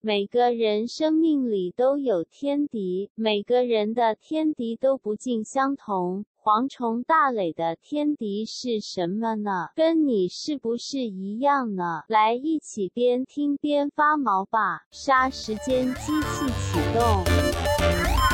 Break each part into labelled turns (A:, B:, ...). A: 每个人生命里都有天敌，每个人的天敌都不尽相同。蝗虫大磊的天敌是什么呢？跟你是不是一样呢？来，一起边听边发毛吧！杀时间机器启动。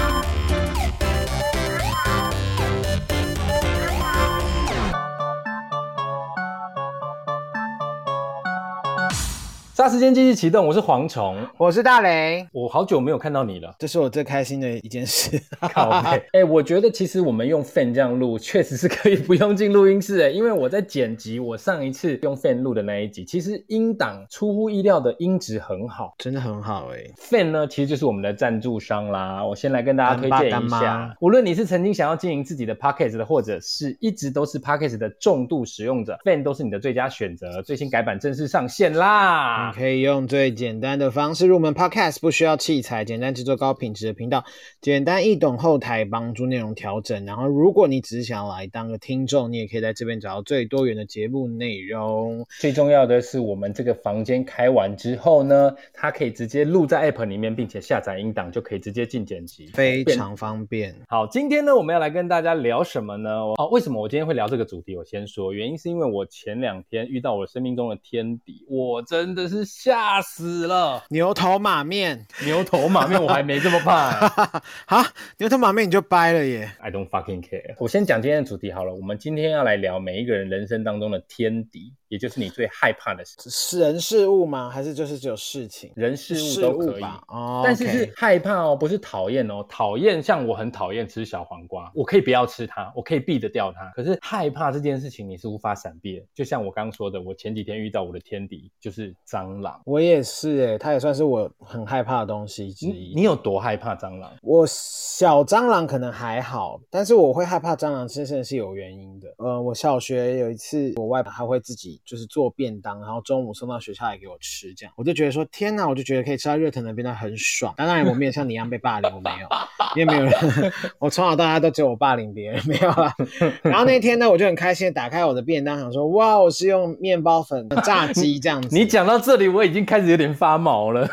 B: 杀时间继续启动，我是蝗虫，
C: 我是大雷，
B: 我好久没有看到你 了。
C: 这是我最开心的一件事。啊
B: 靠背，哎、我觉得其实我们用 Fan 这样录，确实是可以不用进录音室哎、因为我在剪辑，我上一次用 Fan 录的那一集，其实音档出乎意料的音质很好。
C: 真的很好哎、
B: Fan 呢，其实就是我们的赞助商啦。我先来跟大家推
C: 干爸
B: 荐
C: 干
B: 一下
C: 妈，
B: 无论你是曾经想要经营自己的 Podcast 的，或者是一直都是 Podcast 的重度使用者，Fan 都是你的最佳选择。最新改版正式上线啦！
C: 你可以用最简单的方式入门 Podcast，不需要器材，简单制作高品质的频道，简单易懂后台，帮助内容调整。然后，如果你只是想来当个听众，你也可以在这边找到最多元的节目内容。
B: 最重要的是，我们这个房间开完之后呢，它可以直接录在 App 里面，并且下载音档，就可以直接进剪辑。
C: 非常方便。
B: 好，今天呢，我们要来跟大家聊什么呢？哦，为什么我今天会聊这个主题？我先说，原因是因为我前两天遇到我生命中的天敌，我真的是吓死了，
C: 牛头马面，
B: 牛头马面，我还没这么怕、
C: 哈哈， 哈，牛头马面你就掰了耶！
B: I don't fucking care。我先讲今天的主题好了，我们今天要来聊每一个人人生当中的天敌，也就是你最害怕的事，
C: 是人事物吗？还是就是只有事情？
B: 人事物都可以。
C: 吧。哦，
B: 但是
C: OK
B: 是害怕哦，不是讨厌哦。讨厌，像我很讨厌吃小黄瓜，我可以不要吃它，我可以避得掉它。可是害怕这件事情，你是无法闪避的。就像我刚说的，我前几天遇到我的天敌就是蟑螂。
C: 我也是诶、它也算是我很害怕的东西之
B: 你
C: 一。
B: 你有多害怕蟑螂？
C: 我小蟑螂可能还好，但是我会害怕蟑螂，真正是有原因的。呃，我小学有一次，我外婆还会自己就是做便当，然后中午送到学校来给我吃，这样我就觉得说天哪，我就觉得可以吃到热腾腾的便当很爽。当然我没有像你一样被霸凌，我没有，因为没有人， 我从小到大都只有我霸凌别人，没有啦。然后那天呢，我就很开心的打开我的便当，想说哇，我是用面包粉炸鸡这样子。
B: 你讲到这里，我已经开始有点发毛了。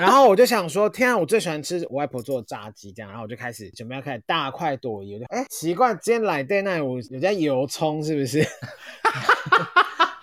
C: 然后我就想说，天啊，我最喜欢吃我外婆做的炸鸡，这样，然后我就开始准备要开始大快朵颐，我就哎，奇怪，今天来对那我有加油葱是不是？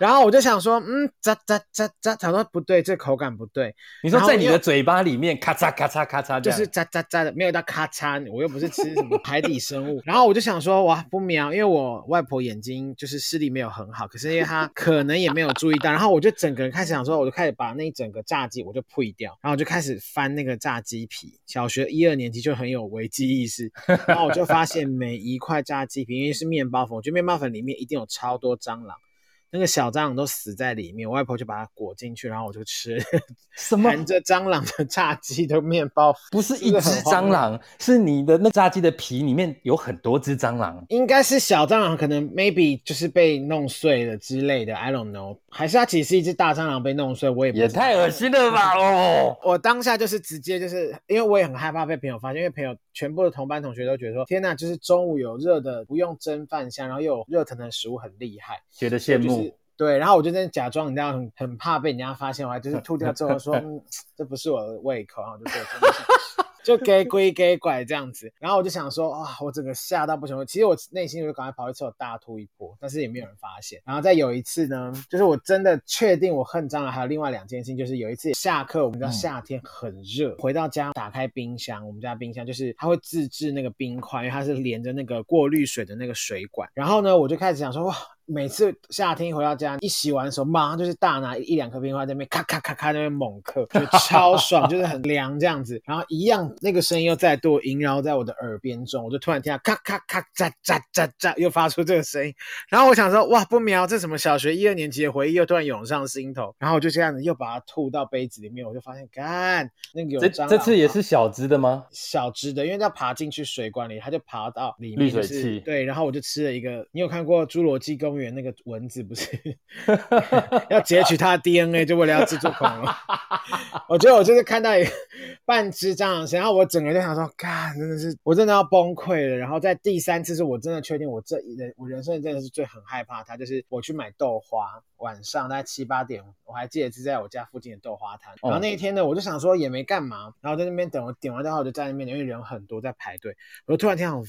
C: 然后我就想说，嗯，咋咋咋咋，想说不对，这口感不对，
B: 你说
C: 然后
B: 在你
C: 又
B: 的嘴巴里面咔嚓咔嚓咔嚓这
C: 就
B: 样，
C: 是喳喳喳的，没有到咔嚓，我又不是吃什么海底 生物。然后我就想说，哇，不瞄，因为我外婆眼睛就是视力没有很好，可是因为她可能也没有注意到，然后我就整个人开始想说，我就开始把那一整个炸鸡我就破掉，然后我就开始翻那个炸鸡皮。小学一二年级就很有危机意识，然后我就发现每一块炸鸡皮，因为是面包粉，我觉得面包粉里面一定有超多蟑螂。那个小蟑螂都死在里面，我外婆就把它裹进去，然后我就吃
B: 什么？
C: 含着蟑螂的炸鸡的面包粉
B: 不是一
C: 是
B: 只
C: 不是很荒
B: 蟑
C: 谬
B: 螂，是你的那炸鸡的皮里面有很多只蟑螂。
C: 应该是小蟑螂，可能 maybe 就是被弄碎了之类的，I don't know，还是它其实是一只大蟑螂被弄碎，我也不
B: 也
C: 知道
B: 太恶。心了吧！哦，
C: 我当下就是直接就是，因为我也很害怕被朋友发现，因为朋友全部的同班同学都觉得说，天呐，就是中午有热的不用蒸饭香，然后又有热腾腾的食物，很厉害。
B: 觉得羡
C: 就
B: 慕。
C: 是对，然后我就在那假装你知道很很怕被人家发现，我还就是吐掉之后说、嗯、这不是我的胃口，然后我就对真的不想吃 就给归给拐这样子，然后我就想说哇，我整个吓到不行，其实我内心就赶快跑去厕所大吐一波，但是也没有人发现。然后再有一次呢，就是我真的确定我恨蟑螂，还有另外两件事情，就是有一次下课，我们知道
B: 嗯
C: 夏天很热，回到家打开冰箱，我们家冰箱就是它会自制那个冰块，因为它是连着那个过滤水的那个水管。然后呢，我就开始想说哇。每次夏天一回到家，一洗完手，马上就是大拿一两颗冰块在那边咔咔咔咔在那边猛嗑，就超爽，就是很凉这样子。然后一样那个声音又再度萦绕在我的耳边中，我就突然听到咔咔咔喳喳喳喳，又发出这个声音。然后我想说，哇，不苗，这什么小学一二年级的回忆又突然涌上心头。然后我就这样子又把它吐到杯子里面，我就发现，干，那个有
B: 这
C: 蟑螂
B: 这次也
C: 爬
B: 是小只的吗？
C: 小只的，因为它爬进去水管里，它就爬到里面、
B: 滤水
C: 就是
B: 器
C: 对，然后我就吃了一个，你有看过《侏罗纪公园》那个蚊子不是？ 要截取它的 DNA，就为了要制作恐龙。 我觉得我就是看到一个半只蟑螂，然后我整个就想说，干，真的是我真的要崩溃了。然后在第三次是我真的确定我这一人我人生真的是最很害怕它，就是我去买豆花，晚上大概七八点，我还记得是在我家附近的豆花摊。
B: 哦
C: 然后那一天呢，我就想说也没干嘛，然后在那边等我点完电话，我就在那边，因为人很多在排队，我就突然听到 呜，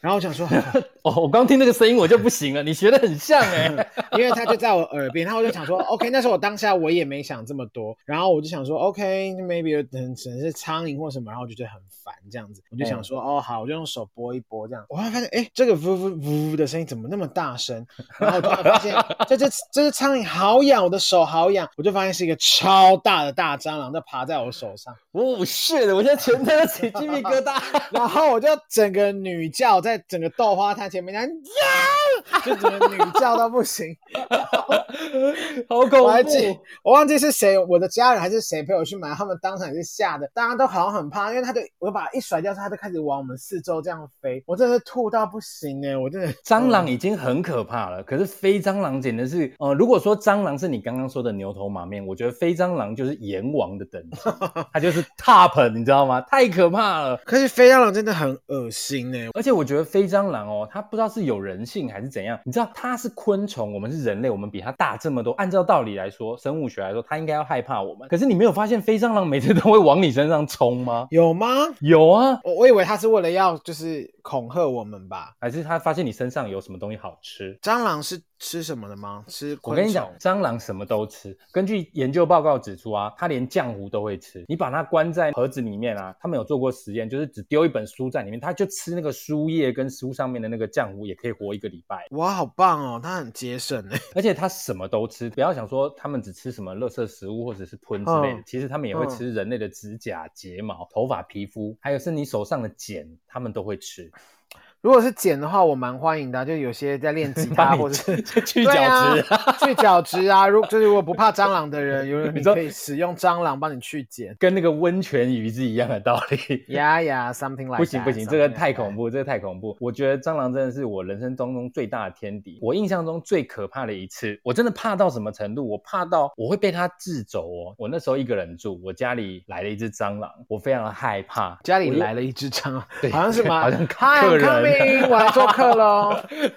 C: 然后我想说，
B: 哦，我刚听那个声音我就不行了，你学的很像哎、
C: 因为他就在我耳边，然后我就想说，OK，那时候我当下我也没想这么多，然后我就想说，OK，maybe、有可能可能是苍蝇或什么，然后我就觉得很烦这样子，我就想说，哦好，我就用手拨一拨这样，我还发现，哎，这个呜呜呜的声音怎么那么大声？然后我突然发现，这只这只苍蝇好痒，我的手好痒，我就发现是一个超大的大蟑螂在爬在我手上，
B: 哦，是的，我现在全身都起鸡皮疙瘩。
C: 然后我就整个女叫，在整个豆花摊前面，然后呀，就整个女叫到不行。
B: 好恐
C: 我还记
B: 怖！
C: 我忘记是谁，我的家人还是谁陪我去买，他们当场也是吓得，大家都好像很怕，因为他就我把它一甩掉之后，他就开始往我们四周这样飞，我真的是吐到不行哎、我真的
B: 蟑螂已经很可怕了，可是飞蟑螂简直是，呃，如果说蟑螂是你刚刚说的牛头马面，我觉得飞蟑螂就是阎王的等 级，它就是 top，你知道吗？太可怕了。
C: 可是飞蟑螂真的很恶心哎、
B: 而且我觉得飞蟑螂哦，它不知道是有人性还是怎样，你知道它是昆虫，我们是人类，我们比它大这么多。按照道理来说，生物学来说，它应该要害怕我们。可是你没有发现飞蟑螂每次都会往你身上冲吗？
C: 有吗？
B: 有啊，
C: 我我以为他是为了要就是恐吓我们吧。
B: 还是它发现你身上有什么东西好吃？
C: 蟑螂是吃什么的吗？吃
B: 我
C: 昆虫？
B: 跟你讲，蟑螂什么都吃。根据研究报告指出啊，它连浆糊都会吃。你把它关在盒子里面啊，他们有做过实验，就是只丢一本书在里面，它就吃那个书页跟书上面的那个浆糊，也可以活一个礼拜。
C: 哇，好棒哦，它很节省哎、
B: 而且它什么都吃，不要想说它们只吃什么垃圾食物或者是喷之类的，
C: 嗯
B: 其实它们也会
C: 嗯
B: 吃人类的指甲、睫毛、头发、皮肤，还有是你手上的茧，它们都会 吃。
C: 如果是剪的话，我蛮欢迎的啊，就有些在练吉
B: 帮
C: 他
B: 你
C: 或者是
B: 去角质。
C: 对啊、 去角质啊！如就是如果不怕蟑螂的人，有人
B: 你
C: 你
B: 知道
C: 可以使用蟑螂帮你去捡。
B: 跟那个温泉鱼是一样的道理。
C: 呀呀，something like
B: 不行
C: that,
B: 不行，这个
C: something like
B: 太恐
C: that。
B: 怖，这个太恐怖。我觉得蟑螂真的是我人生当中最大的天敌。我印象中最可怕的一次，我真的怕到什么程度？我怕到我会被它制走哦。我那时候一个人住，我家里来了一只蟑螂，我非常的害怕。
C: 家里来了一只蟑螂
B: 对，
C: 好像是吗？
B: 好像客
C: Hi, I'm
B: 人
C: coming，我来做 客喽。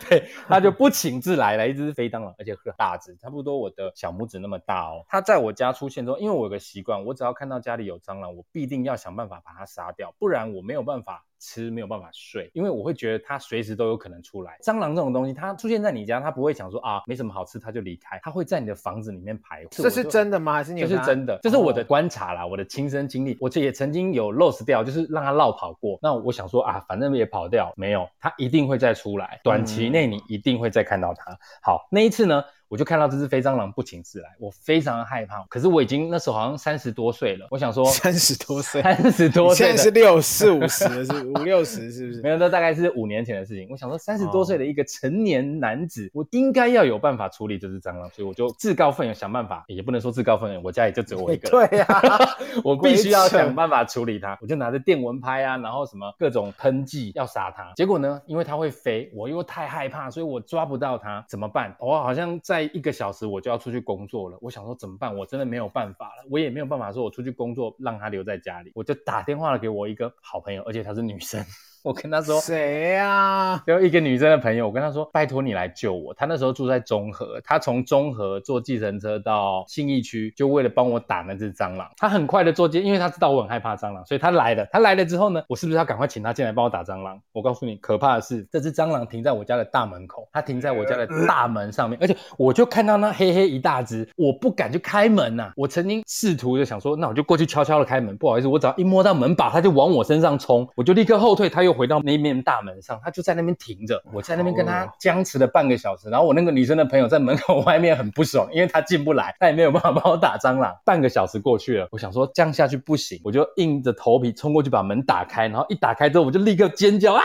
B: 对，它就不请自来了一只飞蟑螂，而且很大只，差不多我的小拇指那么大哦。它在我家出现之后，因为我有个习惯，我只要看到家里有蟑螂，我必定要想办法把它杀掉，不然我没有办法。吃没有办法睡，因为我会觉得它随时都有可能出来。蟑螂这种东西，它出现在你家，它不会想说啊没什么好吃，它就离开，它会在你的房子里面徘徊。
C: 这是
B: 我就
C: 真的吗？还是你
B: 这
C: 有
B: 是
C: 跟他
B: 真的，这是我的
C: 哦
B: 观察啦，我的亲身经历。我这也曾经有 lose 掉，就是让它绕跑过。那我想说啊，反正也跑掉，没有，它一定会再出来，短期内
C: 嗯
B: 你一定会再看到它。好，那一次呢，我就看到这只飞蟑螂不请自来，我非常害怕。可是我已经那时候好像三十多岁了，我想说
C: 三十多岁，
B: 三十
C: 你
B: 多岁
C: 现
B: 的
C: 在是六四五十了，是五六哦十，是不
B: 没
C: 是？
B: 有，那大概是五年前的事情。我想说，三十多岁的一个成年男子，我应该要有办法处理这只蟑螂，所以我就自告奋勇想办法，也不能说自告奋勇，我家里就只有我一 个人。
C: 对啊呀、
B: 我必须要想办法处理它。我就拿着电蚊拍啊，然后什么各种喷剂要杀它。结果呢，因为它会飞，我又太害怕，所以我抓不到它，怎么办？我好像在一个小时我就要出去工作了。我想说怎么办？我真的没有办法了，我也没有办法说我出去工作让它留在家里。我就打电话了给我一个好朋友，而且她是女生， 我跟她说。
C: 谁啊呀、
B: 就一个女生的朋友，我跟她说：“拜托你来救我。”她那时候住在中和，她从中和坐计程车到信义区，就为了帮我打那只蟑螂。她很快的坐进，因为她知道我很害怕蟑螂，所以她来了。她来了之后呢，我是不是要赶快请她进来帮我打蟑螂？我告诉你，可怕的是这只蟑螂停在我家的大门口，它停在我家的大门上面，而且我就看到那黑黑一大只，我不敢去开门呐、我曾经试图就想说，那我就过去悄悄的开门，不好意思，我只要一摸到门把，它就往我身上冲，我就立刻后退，它又回到那面大门上，它就在那边停着，我在那边跟它僵持了半个小时，然后我那个女生的朋友在门口外面很不爽，因为她进不来，她也没有办法帮我打蟑螂。半个小时过去了，我想说这样下去不行，我就硬着头皮冲过去把门打开，然后一打开之后我就立刻尖叫啊，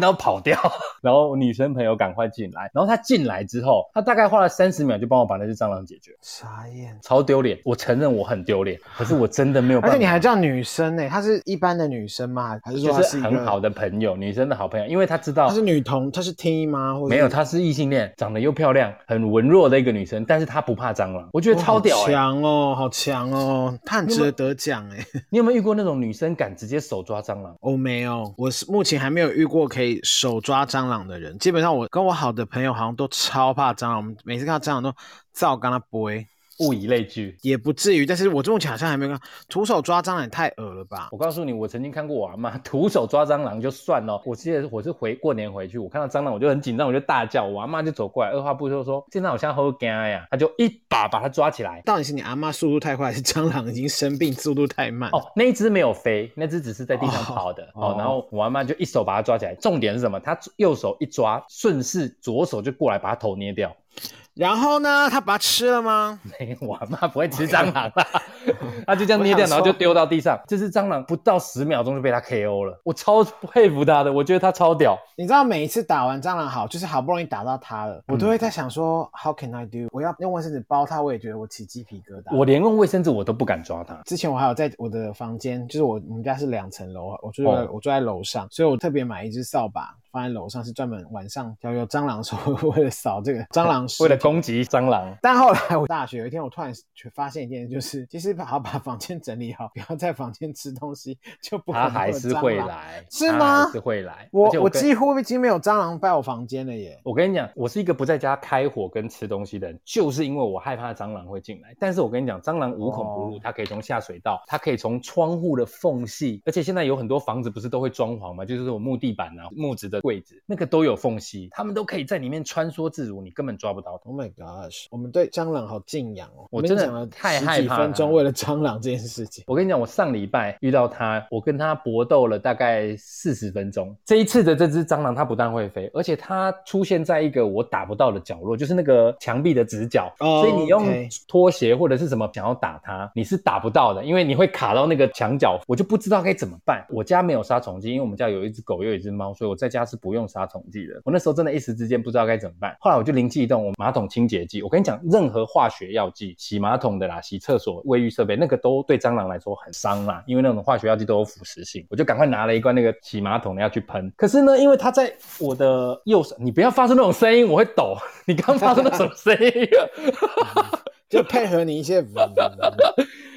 B: 然后跑掉。然后女生朋友赶快进来，然后她进来之后，她大概花了三十秒就帮我把那只蟑螂解决，
C: 傻眼。
B: 超丢脸，我承认我很丢脸，可是我真的没有办
C: 而
B: 法。
C: 且你还叫女生呢、她是一般的女生吗？还是说
B: 就
C: 她
B: 是
C: 一个
B: 很好的朋友，女生的好朋友，因为她知道
C: 她是女同，她是 T 吗？或者
B: 没有，她是异性恋，长得又漂亮，很文弱的一个女生，但是她不怕蟑螂，我觉得超屌
C: 好
B: 哎、
C: 强哦，好强哦，她很值得得奖哎、哦
B: 你有没有遇过那种女生敢直接手抓蟑螂？
C: 我没有，我是目前还没有遇过可可以手抓蟑螂的人。基本上我跟我好的朋友好像都超怕蟑螂，我们每次看到蟑螂都照跟他背，
B: 物以类聚。
C: 也不至于。但是我这种好像还没有看，徒手抓蟑螂也太恶了吧？
B: 我告诉你，我曾经看过我阿妈徒手抓蟑螂就算了，我记得我是回过年回去，我看到蟑螂我就很紧张，我就大叫，我阿妈就走过来，二话不说说现在好像好惊呀，她就一把把它抓起来。
C: 到底是你阿妈速度太快，还是蟑螂已经生病速度太慢？
B: 哦，那一只没有飞，那只只是在地上跑的。
C: 哦
B: 哦，然后我阿妈就一手把它抓起来。重点是什么？她右手一抓，顺势左手就过来把它头捏掉。
C: 然后呢，他把它吃了吗？
B: 没，我阿妈不会吃蟑螂啦，她就这样捏掉，
C: 我想说
B: 然后就丢到地上。这只蟑螂不到十秒钟就被她 KO 了，我超佩服她的，我觉得她超屌。
C: 你知道每一次打完蟑螂好，就是好不容易打到它了，我都
B: 嗯
C: 会在想说、How can I do？我要用卫生纸包它，我也觉得我起鸡皮疙瘩。
B: 我连用卫生纸我都不敢抓它。
C: 之前我还有在我的房间，就是我我们家是两层楼，啊我住在、
B: 哦
C: 我住在楼上，所以我特别买一只扫把放在楼上，是专门晚上要有蟑螂的时候 为了扫这个蟑螂尸体
B: 为了攻击蟑螂，
C: 但后来我大学有一天，我突然发现一件事，就是其实把好把房间整理好，不要在房间吃东西，就不可能
B: 它还
C: 有
B: 是
C: 蟑
B: 会
C: 螂。
B: 来，
C: 是吗
B: 它还是会来。
C: 我
B: 而且
C: 我
B: 跟
C: 几乎已经没有蟑螂在我房间了耶。
B: 我跟你讲，我是一个不在家开火跟吃东西的人，就是因为我害怕蟑螂会进来。但是我跟你讲，蟑螂无孔不入，
C: 哦
B: 它可以从下水道，它可以从窗户的缝隙，而且现在有很多房子不是都会装潢嘛，就是我木地板啊、木质的柜子，那个都有缝隙，它们都可以在里面穿梭自如，你根本抓不到它。
C: Oh my gosh！我们对蟑螂好敬仰哦，
B: 我
C: 们
B: 真的
C: 讲了
B: 太
C: 十
B: 害
C: 几
B: 怕
C: 分
B: 它
C: 钟为了蟑螂这件事情。
B: 我跟你讲，我上礼拜遇到它，我跟它搏斗了大概四十分钟。这一次的这只蟑螂，它不但会飞，而且它出现在一个我打不到的角落，就是那个墙壁的直角。
C: 哦
B: 所以你用
C: OK
B: 拖鞋或者是什么想要打它，你是打不到的，因为你会卡到那个墙角。我就不知道该怎么办。我家没有杀虫剂，因为我们家有一只狗又有一只猫，所以我在家是不用杀虫剂的。我那时候真的一时之间不知道该怎么办，后来我就灵机一动，我马桶清洁剂。我跟你讲，任何化学药剂，洗马桶的啦，洗厕所、卫浴设备，那个都对蟑螂来说很伤啦，因为那种化学药剂都有腐蚀性。我就赶快拿了一罐那个洗马桶的要去喷，可是呢，因为它在我的右手，你不要发出那种声音，我会抖。 你刚发出那种声音。
C: 就配合你一些 嗡，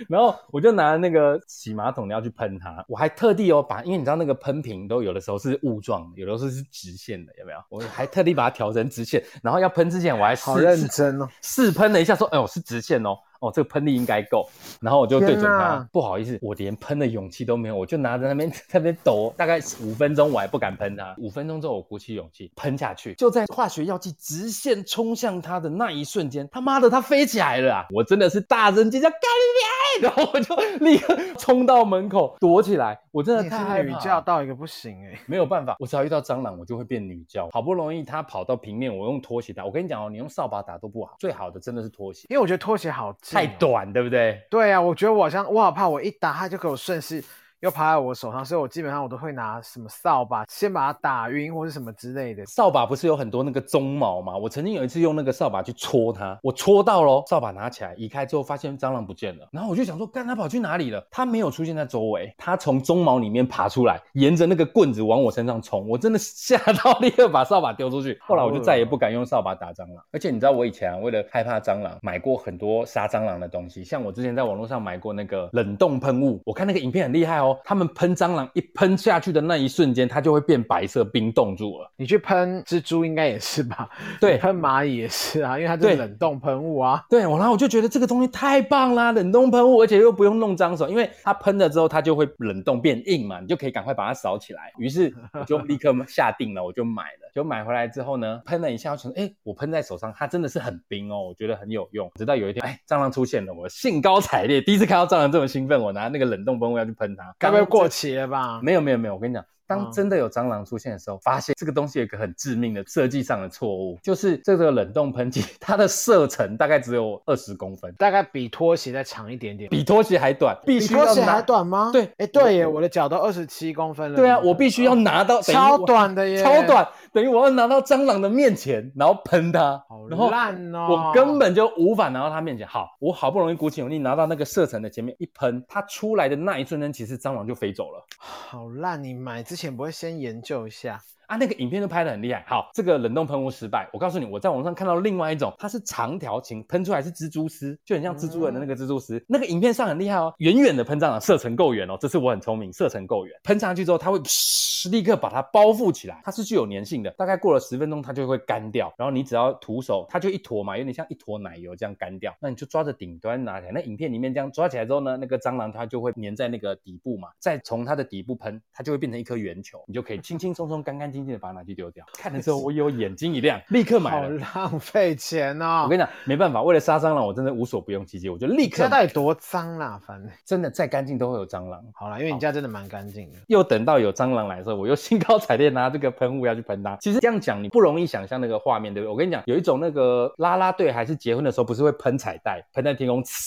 B: 然后我就拿那个洗马桶的要去喷它，我还特地哦把，因为你知道那个喷瓶都有的时候是雾状的，有的时候是直线的，有没有？我还特地把它调成直线，然后要喷之前我还试
C: 好认真哦。
B: 试喷了一下，说，哎呦是直线哦，哦这个喷力应该够，然后我就对准
C: 天啊
B: 它
C: 哪，
B: 不好意思，我连喷的勇气都没有，我就拿着那边 那边抖，大概五分钟我还不敢喷它，五分钟之后我鼓起勇气喷下去，就在化学药剂直线冲向它的那一瞬间，他妈的它飞起来了啊！我真的是大声尖叫，干你娘！然后我就立刻冲到门口躲起来，我真的
C: 你
B: 太害
C: 是
B: 怕
C: 女
B: 了
C: 教到一个不行哎，
B: 没有办法，我只要遇到蟑螂，我就会变女教。好不容易它跑到平面，我用拖鞋打。我跟你讲哦，你用扫把打都不好，最好的真的是拖鞋，
C: 因为我觉得拖鞋好近哦
B: 太。短，对不对？
C: 对啊，我觉得我好像我好怕，我一打它就给我顺势又爬在我手上，所以我基本上我都会拿什么扫把先把它打晕或是什么之类的。
B: 扫把不是有很多那个鬃毛吗？我曾经有一次用那个扫把去戳它，我戳到喽，扫把拿起来移开之后，发现蟑螂不见了。然后我就想说，干它跑去哪里了？它没有出现在周围，它从鬃毛里面爬出来，沿着那个棍子往我身上冲。我真的吓到，立刻把扫把丢出去。后来我就再也不敢用扫把打蟑螂。而且你知道，我以前、啊、为了害怕蟑螂，买过很多杀蟑螂的东西，像我之前在网络上买过那个冷冻喷雾，我看那个影片很厉害哦，他们喷蟑螂一喷下去的那一瞬间，它就会变白色，冰冻住了。
C: 你去喷蜘蛛应该也是吧？
B: 对，
C: 喷蚂蚁也是啊，因为它就
B: 对
C: 是冷冻喷雾啊。
B: 对，我然后我就觉得这个东西太棒啦，冷冻喷雾，而且又不用弄脏手，因为它喷了之后它就会冷冻变硬嘛，你就可以赶快把它扫起来。于是我就立刻下定了，我就买了。就买回来之后呢，喷了一下，我想说，哎，我喷在手上，它真的是很冰哦，我觉得很有用。直到有一天，哎，蟑螂出现了，我兴高采烈，第一次看到蟑螂这么兴奋，我拿那个冷冻喷雾要去喷它，
C: 该不会
B: 当
C: 过
B: 这
C: 期了吧？
B: 没有没有没有，我跟你讲，当
C: 嗯
B: 真的有蟑螂出现的时候，发现这个东西有一个很致命的设计上的错误，就是这个冷冻喷剂它的射程大概只有二十公分，
C: 大概比拖鞋再长一点点，
B: 比拖鞋还短，必
C: 比
B: 须
C: 拖
B: 要
C: 鞋
B: 拿
C: 还。短吗？
B: 对
C: 哎，对耶，我的脚都二十七公分了。
B: 对啊，我必须要拿到等于
C: 超
B: 我
C: 短的耶，
B: 超，短，等于我要拿到蟑螂的面前，然后喷它
C: 好，
B: 然后
C: 烂哦！
B: 我根本就无法拿到它面前。好，我好不容易鼓起勇气拿到那个射程的前面一喷，它出来的那一瞬间，其实蟑螂就飞走了。
C: 好烂，你买之前不会先研究一下？
B: 啊，那个影片都拍得很厉害。好，这个冷冻喷雾失败。我告诉你，我在网上看到另外一种，它是长条形，喷出来是蜘蛛丝，就很像蜘蛛人的那个蜘蛛丝。那个影片上很厉害哦，远远的喷蟑螂，射程够远哦。这次我很聪明，射程够远，喷上去之后，它会噗立刻把它包覆起来，它是具有粘性的。大概过了十分钟，它就会干掉。然后你只要徒手，它就一坨嘛，有点像一坨奶油这样干掉。那你就抓着顶端拿起来。那影片里面这样抓起来之后呢，那个蟑螂它就会粘在那个底部嘛，再从它的底部喷，它就会变成一颗圆球，你就可以轻轻松松、干干净净的把它拿去丢掉。看了之后，我有眼睛一亮，立刻买
C: 好
B: 了。
C: 浪 费钱哦！
B: 我跟你讲，没办法，为了杀蟑螂，我真的无所不用其极，我就立
C: 你家
B: 刻
C: 到
B: 买
C: 底多脏啦，反正
B: 真的再干净都会有蟑螂。
C: 好啦，因为你家真的蛮干净的。
B: 又等到有蟑螂来的时候，我又兴高采烈拿这个喷雾要去喷它。其实这样讲，你不容易想象那个画面，对不对？我跟你讲，有一种那个啦啦队还是结婚的时候，不是会喷彩带，喷在天空呲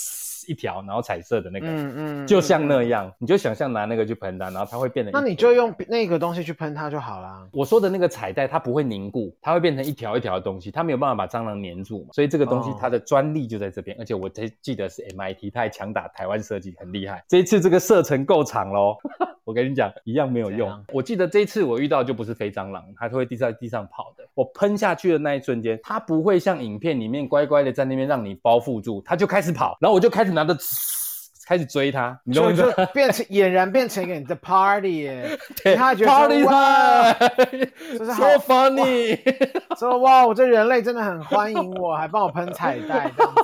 B: 一条，然后彩色的那个，
C: 嗯
B: 就像那样，你就想象拿那个去喷它，然后它会变得。
C: 那你就用那个东西去喷它就好啦。
B: 我说的那个彩带，它不会凝固，它会变成一条一条的东西，它没有办法把蟑螂粘住嘛。所以这个东西
C: 哦
B: 它的专利就在这边，而且我才记得是 MIT，它还强打台湾设计，很厉害。这一次这个射程够长喽， 我跟你讲，一样没有
C: 怎
B: 用
C: 样。
B: 我记得这一次我遇到就不是飞蟑螂，它会地在地上跑的。我喷下去的那一瞬间，它不会像影片里面乖乖的在那边让你包覆住，它就开始跑，然后我就开始拿着。开始追它，你懂我
C: 就
B: 意思吗
C: 就变成俨然变成一个你的 party 耶， 他觉得
B: Party
C: 说哇
B: time，
C: 就是好
B: so funny。
C: 说哇，我这人类真的很欢迎我，还帮我喷彩带，这样子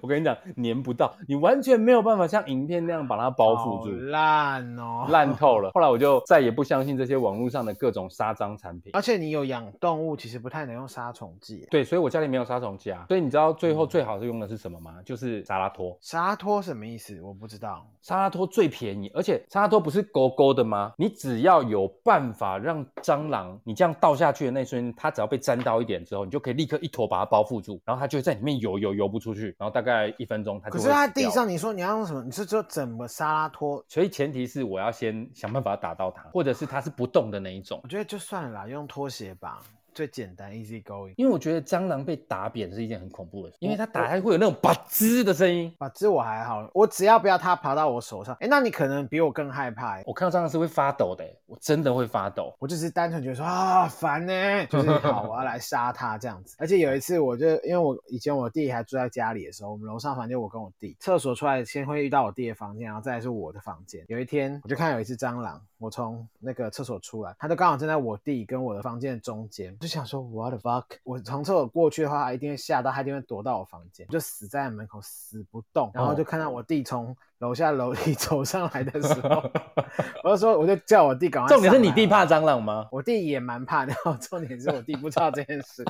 B: 我跟你讲，粘不到，你完全没有办法像影片那样把它 包覆
C: 好
B: 住，
C: 烂哦，
B: 烂透了。后来我就再也不相信这些网络上的各种杀蟑产品。
C: 而且你有养动物，其实不太能用杀虫剂。
B: 对，所以我家里没有杀虫剂啊。所以你知道
C: 嗯
B: 最后最好是用的是什么吗？就是沙拉托。
C: 沙托什么意思？我不知道。
B: 沙拉托最便宜，而且沙拉托不是勾勾的吗？你只要有办法让蟑螂，你这样倒下去的那瞬间，它只要被沾到一点之后，你就可以立刻一坨把它包覆住，然后它就会在里面游游游不出去，然后大概一分钟它就
C: 可
B: 会
C: 是它
B: 死掉
C: 地
B: 了
C: 上，你说你要用什么？你是说整个沙拉托？
B: 所以前提是我要先想办法打到它，或者是它是不动的那一种
C: 我。觉得就算了啦，用拖鞋吧，最简单，easy going。
B: 因为我觉得蟑螂被打扁是一件很恐怖的事，因为它打开会有那种吧吱的声音。
C: 啊，这我还好，我只要不要它爬到我手上。哎，那你可能比我更害怕欸。
B: 我看到蟑螂是会发抖的、欸我真的会发 抖。
C: 我就是单纯觉得说啊烦呢、就是 好，我要来杀他这样子。而且有一次，我就因为我以前我弟还住在家里的时候，我们楼上房间我跟我弟，厕所出来先会遇到我弟的房间，然后再来是我的房间。有一天我就看到有一只蟑螂，我从那个厕所出来，它就刚好站在我弟跟我的房间的中间，就想说 what the fuck，我从厕所过去的话，它一定会吓到，它一定会躲到我房间，就死在门口死不动。然后
B: 哦
C: 就看到我弟从楼下楼梯 走上来的时候， 我就说我就叫我弟赶快上
B: 重
C: 来
B: 点
C: 啊。
B: 是你弟怕蟑螂吗？
C: 我弟也蛮怕的， 然后重点是我弟不知道这件事，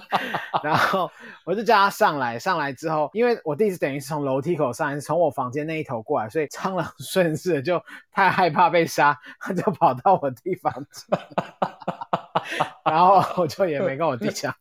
C: 然后我就叫他上来，上来之后，因为我弟是等于是从楼梯口上来，是从我房间那一头过来，所以蟑螂顺势地就太害怕被杀，他就跑到我弟房间，然后我就也没跟我弟讲，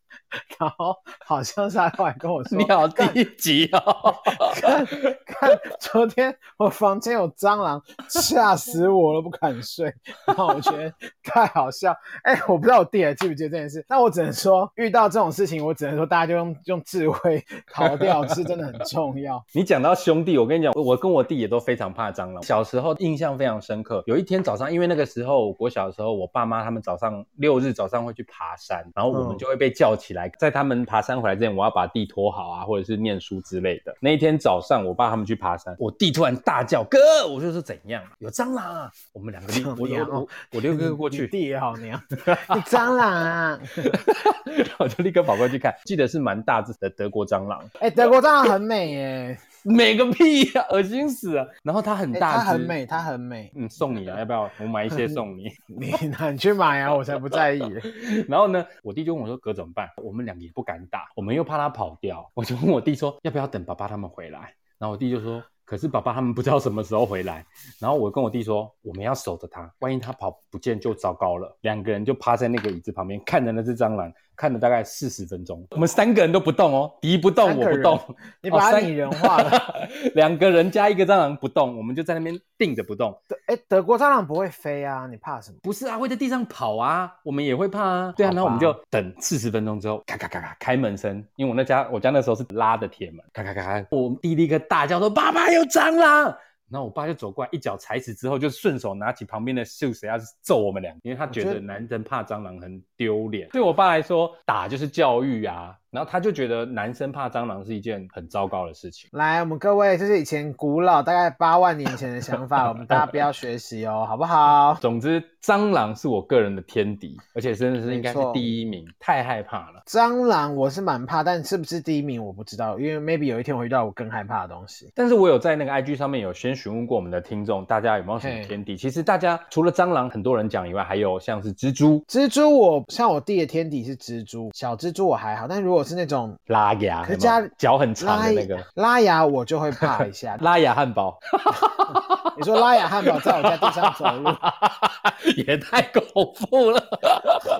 C: 然后好像是他后来跟我说
B: 你，好低级哦！
C: 看看昨天我房间有蟑螂，吓死我了，不敢睡。然后我觉得太好笑，哎、我不知道我弟还记不记得这件事。那我只能说，遇到这种事情，我只能说大家就用用智慧逃掉，是真的很重要。
B: 你讲到兄弟，我跟你讲，我跟我弟也都非常怕蟑螂。小时候印象非常深刻。有一天早上，因为那个时候我小的时候，我爸妈他们早上六日早上会去爬山，然后我们
C: 嗯
B: 就会被叫起来，在他们爬山回来之前，我要把地拖好啊，或者是念书之类的。那一天早上，我爸他们去爬山，我弟突然大叫：“哥！”我就说：“怎样？有蟑螂啊！”我们两个立，我
C: 怎样
B: 我我我六个过
C: 你
B: 去，
C: 弟也好 娘，你蟑螂啊！
B: 然后就立刻跑过去看，记得是蛮大只的德国蟑螂，
C: 哎、德国蟑螂很美耶、
B: 美个屁呀、恶心死了。然后它很
C: 哎
B: 大只，
C: 它很美，它很美。
B: 嗯，送 你啊，要不要？我买一些送你。
C: 你 你去买啊，我才不在意。
B: 然后呢，我弟就问我说：“哥怎么办？”我们两个也不敢打，我们又怕他跑掉。 我就问我弟说：“要不要等爸爸他们回来？”然后我弟就说：“可是爸爸他们不知道什么时候回来。”然后我跟我弟说：“我们要守着他，万一他跑不见就糟糕了。”两个人就趴在那个椅子旁边，看着那只蟑螂，看了大概四十分钟。我们三个人都不动哦，敌不动，
C: 三个
B: 我不动
C: 人。你把
B: 哦
C: 它
B: 三
C: 拟人化 了。
B: 两个人加一个蟑螂不动，我们就在那边定着不动。
C: 哎、德国蟑螂不会飞啊，你怕什么？
B: 不是啊，会在地上跑啊，我们也会怕啊。对啊，
C: 好吧
B: 然后我们就等四十分钟之后，咔咔咔咔开门声，因为我那家我家那时候是拉的铁门，咔咔咔咔，我弟立刻大叫说：“爸爸有蟑螂！”然后我爸就走过来，一脚踩死之后，就顺手拿起旁边的树绳要揍我们俩，因为他觉
C: 我觉
B: 得
C: 得
B: 男生怕蟑螂很丢脸。对我爸来说，打就是教育啊，然后他就觉得男生怕蟑螂是一件很糟糕的事情。
C: 来，我们各位，这是以前古老大概八万年前的想法，我们大家不要学习哦，好不好？
B: 总之，蟑螂是我个人的天敌，而且真的是应该是
C: 没错
B: 第一名，太害怕了。
C: 蟑螂我是蛮怕，但是不是第一名我不知道，因为 maybe 有一天我遇到我更害怕的东西。
B: 但是我有在那个 IG 上面有先询问过我们的听众，大家有没有什么
C: 嘿
B: 天敌？其实大家除了蟑螂，很多人讲以外，还有像是蜘蛛、
C: 蜘蛛我像我弟的天敌是蜘蛛，小蜘蛛我还好，但如果是那种
B: 拉牙，
C: 可是
B: 有没有
C: 家
B: 脚很长
C: 拉
B: 的那个。
C: 拉牙，我就会怕一下
B: 拉牙汉 堡，
C: 你说拉牙汉堡在我家地上走路，
B: 也太恐怖了。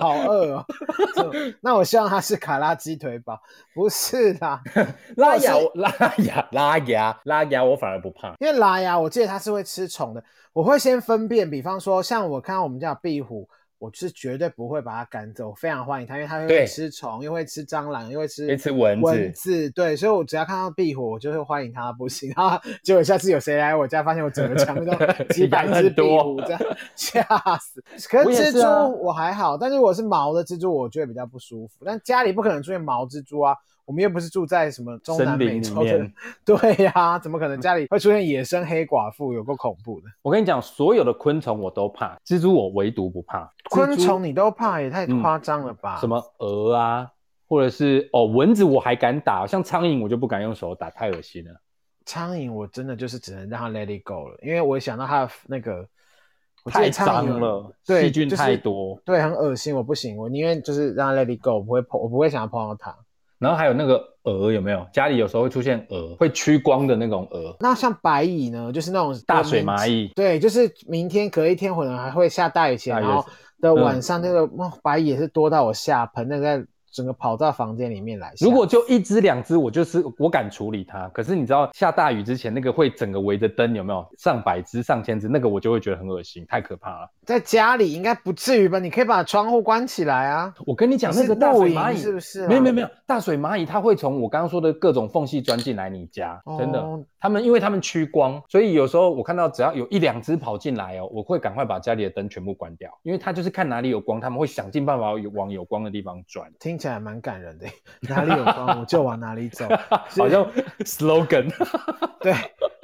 C: 好饿哦！ 这那我希望它是卡拉鸡腿堡，不是啦，
B: 拉牙
C: 我是，
B: 拉牙，拉牙，拉牙，我反而不怕。
C: 因为拉牙，我记得它是会吃虫的。我会先分辨，比方说，像我看到我们家的壁虎，我是绝对不会把它赶走，我非常欢迎它，因为它
B: 对
C: 会吃虫，又会吃蟑螂，又会吃
B: 一次蚊
C: 蚊
B: 子，
C: 子，对，所以我只要看到壁虎，我就会欢迎它不行。然后结果下次有谁来我家，发现我整个墙 都几百
B: 养
C: 只
B: 很
C: 壁
B: 多
C: 虎，这样吓死。可
B: 我也
C: 是
B: 是啊
C: 蜘蛛我还好，但是如果是毛的蜘蛛，我觉得比较不舒服。但家里不可能出现毛蜘蛛啊，我们又不是住在什么中南
B: 森
C: 美
B: 林里
C: 洲的
B: 面，。
C: 对呀、怎么可能家里会出现野生黑寡妇？有够恐怖的，
B: 我跟你讲，所有的昆虫我都怕，蜘蛛我唯独不怕。
C: 昆
B: 蜘蛛
C: 虫你都怕，也太
B: 嗯
C: 夸张了吧？
B: 什么蛾啊，或者是哦蚊子我还敢打，像苍蝇我就不敢用手打，太恶心了。
C: 苍蝇，我真的就是只能让它 let it go 了，因为我想到它的那个，我记得
B: 太
C: 苍
B: 脏
C: 蝇有
B: 了，
C: 对
B: 细菌
C: 就是
B: 太多。
C: 对，很恶心，我不行，我宁愿就是让它 let it go，我不会碰，我不会想要碰到它。
B: 然后还有那个蛾有没有？家里有时候会出现蛾，会趋光的那种蛾，
C: 那像白蚁呢，就是那种
B: 大水蚂
C: 蚁，
B: 蚁。
C: 对，就是明天隔一天可能还会下大雨前，
B: 大雨嗯
C: 然后的晚上那个、哇白蚁也是多到我吓喷，那个在整个跑到房间里面来吓。
B: 如果就一只两只，我就是我敢处理它。可是你知道下大雨之前，那个会整个围着灯有没有？上百只、上千只，那个我就会觉得很恶心，太可怕了。
C: 在家里应该不至于吧？你可以把窗户关起来啊。
B: 我跟你讲，
C: 你
B: 那
C: 是
B: 个大水
C: 露
B: 蚂
C: 营
B: 蚁
C: 是不是啊
B: 没有没有没有，大水蚂蚁它会从我刚刚说的各种缝隙钻进来你家，真的
C: 哦。
B: 他们因为他们趋光，所以有时候我看到只要有一两只跑进来哦，我会赶快把家里的灯全部关掉，因为它就是看哪里有光，他们会想尽办法往有光的地方钻。
C: 听起来蛮感人的，哪里有光我就往哪里走，
B: 好像 slogan，
C: 对，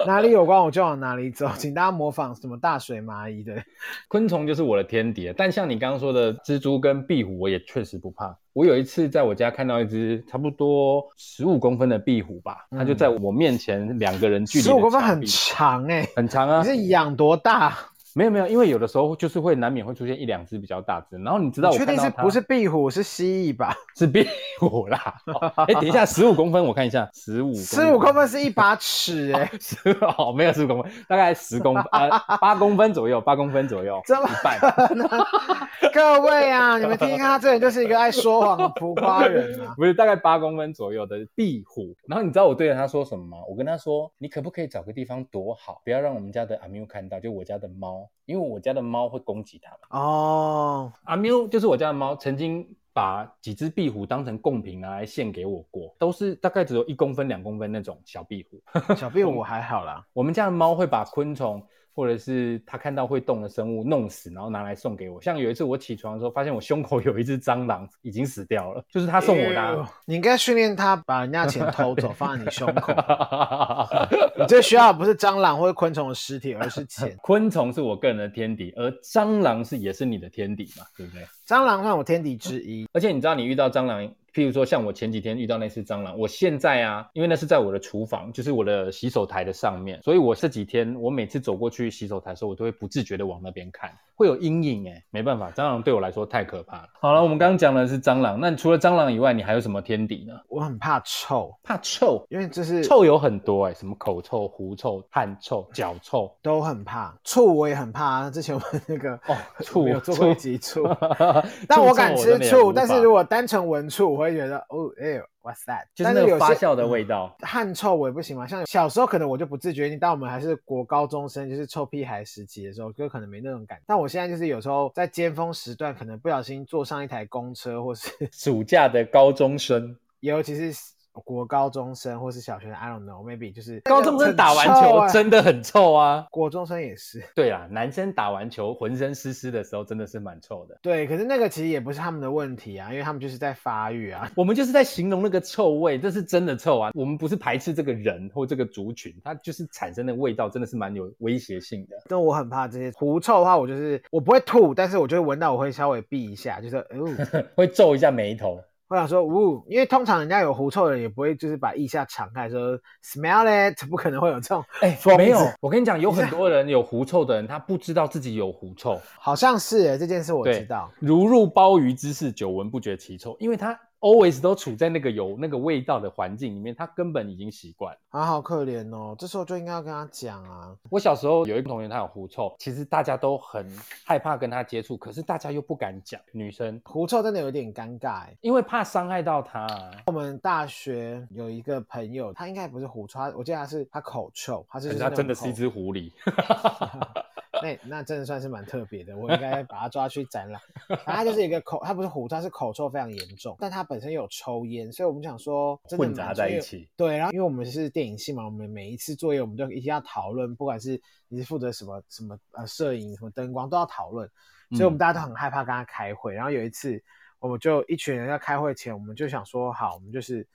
C: 哪里有光我就往哪里走，请大家模仿什么大水蚂蚁的。
B: 昆虫就是我的天敌了。但像你刚刚说的蜘蛛跟壁虎，我也确实不怕。我有一次在我家看到一只差不多十五公分的壁虎吧，它就
C: 嗯
B: 在我面前两个人距离的
C: 十五公分
B: 墙
C: 很
B: 壁
C: 长哎、
B: 很长啊，
C: 你是养多大？
B: 没有没有，因为有的时候就是会难免会出现一两只比较大只，然后你知道
C: 你
B: 我
C: 确
B: 看
C: 定
B: 到
C: 是
B: 它
C: 不是壁虎是蜥蜴吧？
B: 是壁虎啦？哎、哦诶等 一下，十五公分，我看一下，十五
C: 十五公分是一把尺哎、
B: 十 哦，没有十五公分，大概十公分呃八公分左右，八公分左右，
C: 怎么
B: 一半。！
C: 各位啊，你们听听看，他这人就是一个爱说谎的浮夸人啊
B: 不是大概八公分左右的壁虎，然后你知道我对着他说什么吗？我跟他说，你可不可以找个地方躲好，不要让我们家的阿缪看到，就我家的猫，因为我家的猫会攻击它们。
C: 哦，
B: 阿喵就是我家的猫，曾经把几只壁虎当成贡品拿来献给我过，都是大概只有一公分、两公分那种小壁虎。
C: 小壁虎我还好啦，
B: 我们家的猫会把昆虫或者是它看到会动的生物弄死，然后拿来送给我。像有一次我起床的时候，发现我胸口有一只蟑螂已经死掉了，就是他送我的啊、
C: 你应该训练他把人家钱偷走，放在你胸 口。你最需要的不是蟑螂或者昆虫的尸体，而是钱。
B: 昆虫是我个人的天敌，而蟑螂是也是你的天敌嘛，对不对？
C: 蟑螂算我天敌之一，
B: 而且你知道，你遇到蟑螂，譬如说像我前几天遇到那只蟑螂，我现在啊，因为那是在我的厨房，就是我的洗手台的上面，所以我这几天我每次走过去洗手台的时候，我都会不自觉的往那边看，会有阴影哎、没办法，蟑螂对我来说太可怕了。好了，我们刚刚讲的是蟑螂，那除了蟑螂以外，你还有什么天敌呢？
C: 我很怕臭，
B: 怕臭，
C: 因为就是
B: 臭有很多哎、什么口臭、狐臭、汗臭、脚臭。
C: 都很怕，醋我也很怕。啊之前我们那个
B: 哦 醋
C: 我们有做过一
B: 醋
C: 集醋， 但我敢吃醋，但是如果单纯闻醋，我会觉得哦，哎呦，what's that？
B: 就是那
C: 但
B: 个
C: 有
B: 发
C: 些
B: 酵的味道，
C: 汗臭我也不行嘛。像小时候可能我就不自觉，你当我们还是国高中生，就是臭屁孩时期的时候，就可能没那种感觉。但我现在就是有时候在尖峰时段，可能不小心坐上一台公车，或是
B: 暑假的高中生。
C: 尤其是国高中生或是小学生，I don't know，maybe 就是
B: 高中生打完
C: 很臭
B: 球
C: 啊
B: 真的很臭啊。
C: 国中生也是。
B: 对啦，男生打完球浑身湿湿的时候，真的是蛮臭的。
C: 对，可是那个其实也不是他们的问题啊，因为他们就是在发育啊。
B: 我们就是在形容那个臭味，这是真的臭啊！我们不是排斥这个人或这个族群，它就是产生的味道真的是蛮有威胁性的。
C: 但我很怕这些狐臭的话，我就是我不会吐，但是我就会闻到，我会稍微避一下，就是哦，
B: 会皱一下眉头。
C: 会想说呜、因为通常人家有狐臭的人也不会就是把腋下敞开说 smell it，不可能会有这种。
B: 哎、
C: 疯子
B: 没有，我跟你讲，有很多人有狐臭的人，他不知道自己有狐臭，
C: 好像是欸耶，这件事我
B: 对
C: 知道。
B: 如入鲍鱼之肆，久闻不觉其臭，因为他 always 都处在那个有那个味道的环境里面，他根本已经习惯了。
C: 啊，好可怜哦，这时候就应该要跟他讲啊。
B: 我小时候有一个同学，他有狐臭，其实大家都很害怕跟他接触，可是大家又不敢讲，女生
C: 狐臭真的有点尴尬欸耶。
B: 因为怕伤害到他、啊
C: 我们大学有一个朋友，他应该不是狐臭，他我记得他是他口臭，他是
B: 可
C: 就是是
B: 他
C: 那种
B: 真的是一
C: 口
B: 只狐狸，
C: 那那真的算是蛮特别的，我应该把他抓去展览。然后他就是一个口，他不是狐臭，他是口臭非常严重，但他本身有抽烟，所以我们想说真的
B: 混杂
C: 蛮
B: 在
C: 因
B: 一
C: 为
B: 起。
C: 对，然后因为我们是电影系嘛，我们每一次作业我们都一定要讨论，不管是你是负责什么什么呃摄影、什么灯光都要讨论，所以我们大家都很害怕跟他开会。然后有一次，我们就一群人要开会前，我们就想说好，我们就是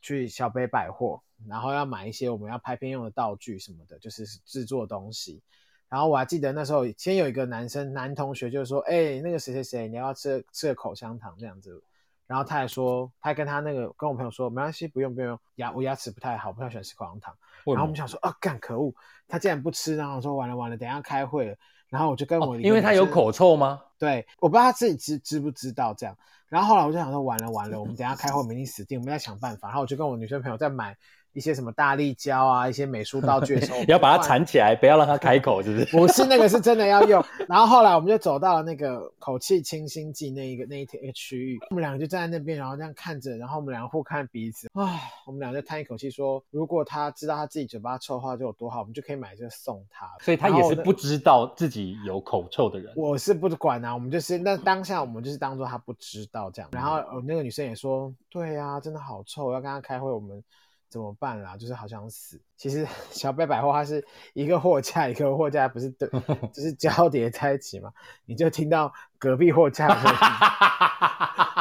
C: 去小北百货，然后要买一些我们要拍片用的道具什么的，就是制作东西。然后我还记得那时候，先有一个男生男同学就说：“哎、那个谁谁谁，你要不要吃吃个口香糖这样子。”然后他还说，他还跟他那个跟我朋友说，没关系，不用不用，牙我牙齿不太好，不太喜欢吃口香糖。
B: 为
C: 然
B: 什
C: 后
B: 么
C: 我们想说，啊，干可恶，他竟然不吃。然后我说完了完了，等一下开会了。然后我就跟我、
B: 哦因为他有，口臭吗？，
C: 对，我不知道他自己知知不知道这样。然后后来我就想说，完了完了，我们等一下开会，我们一定死定，我们再想办法。然后我就跟我女生朋友在买一些什么大力胶啊，一些美术道具的时候
B: 要把它
C: 我们就换
B: 缠起来，不要让它开口，是不 是？
C: 不是那个是真的要用。然后后来我们就走到了那个口气清新剂那一个那一天一个区域，我们两个就站在那边，然后这样看着，然后我们两个互看彼此，唉，我们俩就叹一口气说，如果他知道他自己嘴巴臭的话就有多好，我们就可以买这个送他了。
B: 所以他
C: 然
B: 也
C: 后
B: 是
C: 呢
B: 不知道自己有口臭的人。
C: 我是不管啊，我们就是那当下我们就是当做他不知道这样。然后呃那个女生也说，对啊，真的好臭，要跟他开会，我们怎么办啦？就是好想死。其实 小北百货它是一个货架一个货架，不是对，就是交叠在一起嘛。你就听到隔壁货架的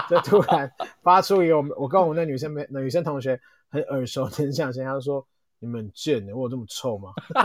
C: 就突然发出一个我们我跟我们那女生没女生同学很耳熟能详的声音，她说：“你们很贱欸的，我有这么臭吗？”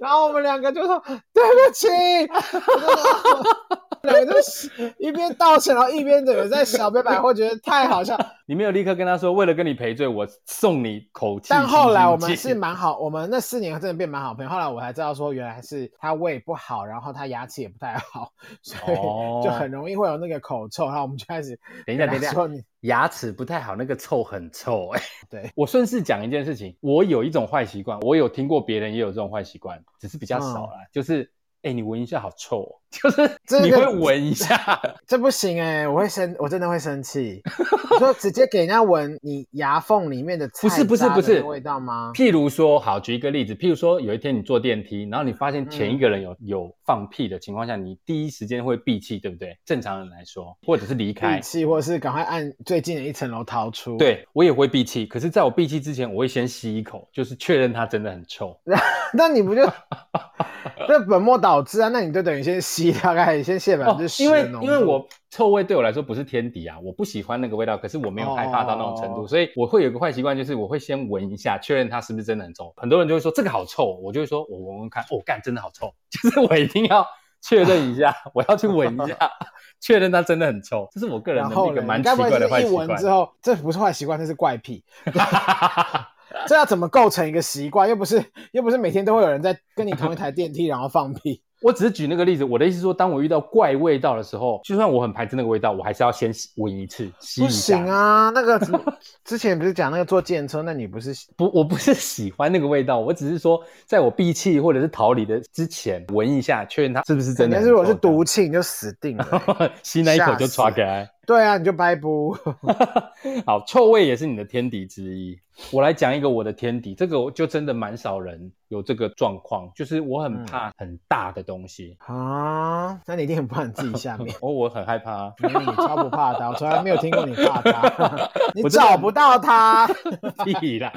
C: 然后我们两个就说：“ 对不起。我就说”两个就是一边道歉，然后一边的有在小北百货觉得太好笑。
B: 你没有立刻跟他说，为了跟你赔罪，我送你口气清新剂。
C: 但后来我们是蛮好，我们那四年真的变蛮好朋友。后来我才知道说，原来是他胃不好，然后他牙齿也不太好， 所
B: 哦
C: 以 就很容易会有那个口臭。然后我们就开始
B: 等一下，等
C: 跟他
B: 一下，
C: 说你
B: 牙齿不太好，那个臭很臭 哎、
C: 对
B: 我顺势讲一件事情，我有一种坏习惯，我有听过别人也有这种坏习惯，只是比较少啦。就是，哎、你闻一下好臭、哦， 就是
C: 这个
B: 你会闻一下，
C: 这不行哎、我会生，我真的会生气。你说直接给人家闻你牙缝里面的
B: 不
C: 菜
B: 是不是
C: 渣的
B: 不是
C: 味道吗？
B: 譬如说，好，举一个例子，譬如说有一天你坐电梯，然后你发现前一个人有、有放屁的情况下，你第一时间会闭气，对不对？正常人来说，或者是离开
C: 闭。气，或是赶快按最近的一层楼逃出。，
B: 对我也会闭气，可是在我闭气之前，我会先吸一口，就是确认它真的很臭。
C: 那你 不就这本末倒置啊？那你就等于先吸大概先卸百分之十
B: 哦因
C: 的
B: 为
C: 浓度、
B: 因为我臭味对我来说不是天敌啊，我不喜欢那个味道，可是我没有害怕到那种程度，
C: 哦
B: 所以我会有一个坏习惯，就是我会先闻一下，确认它是不是真的很臭。很多人就会说这个好臭，我就会说我闻闻看，哦，干真的好臭， 就是我一定要确认一下，我要去闻 一下，确认它真的很臭。这是我个人
C: 然
B: 的
C: 后
B: 一
C: 呢
B: 个蛮
C: 你
B: 奇
C: 该不会
B: 怪的坏
C: 是一
B: 习
C: 闻
B: 惯。
C: 之后，这不是坏习惯，这是怪癖。 这要怎么构成一个习惯？又不是又不是每天都会有人在跟你同一台电梯，然后放 屁。
B: 我只是举那个例子，我的意思是说，当我遇到怪味道的时候，就算我很排斥那个味道，我还是要先吸闻一次，吸
C: 不
B: 一下。
C: 行啊，那个之前不是讲那个坐电车，那你不是
B: 不，我不是喜欢那个味道，我只是说，在我闭气或者是逃离的之前，闻一下，确认它是不是真的很
C: 但是
B: 臭。
C: 如果是毒气，你就死定了欸、
B: 这样，吸那一口就
C: 吓死
B: 抓开。
C: 对啊，你就掰不。
B: 好，臭味也是你的天敌之一。我来讲一个我的天敌，这个我就真的蛮少人有这个状况，就是我很
C: 嗯
B: 怕很大的东西，。
C: 啊，那你一定很怕你自己下面
B: 哦，我很害怕。
C: 你超不怕他，我从来没有听过你怕他，你
B: 我真的
C: 找不到他。
B: 屁啦！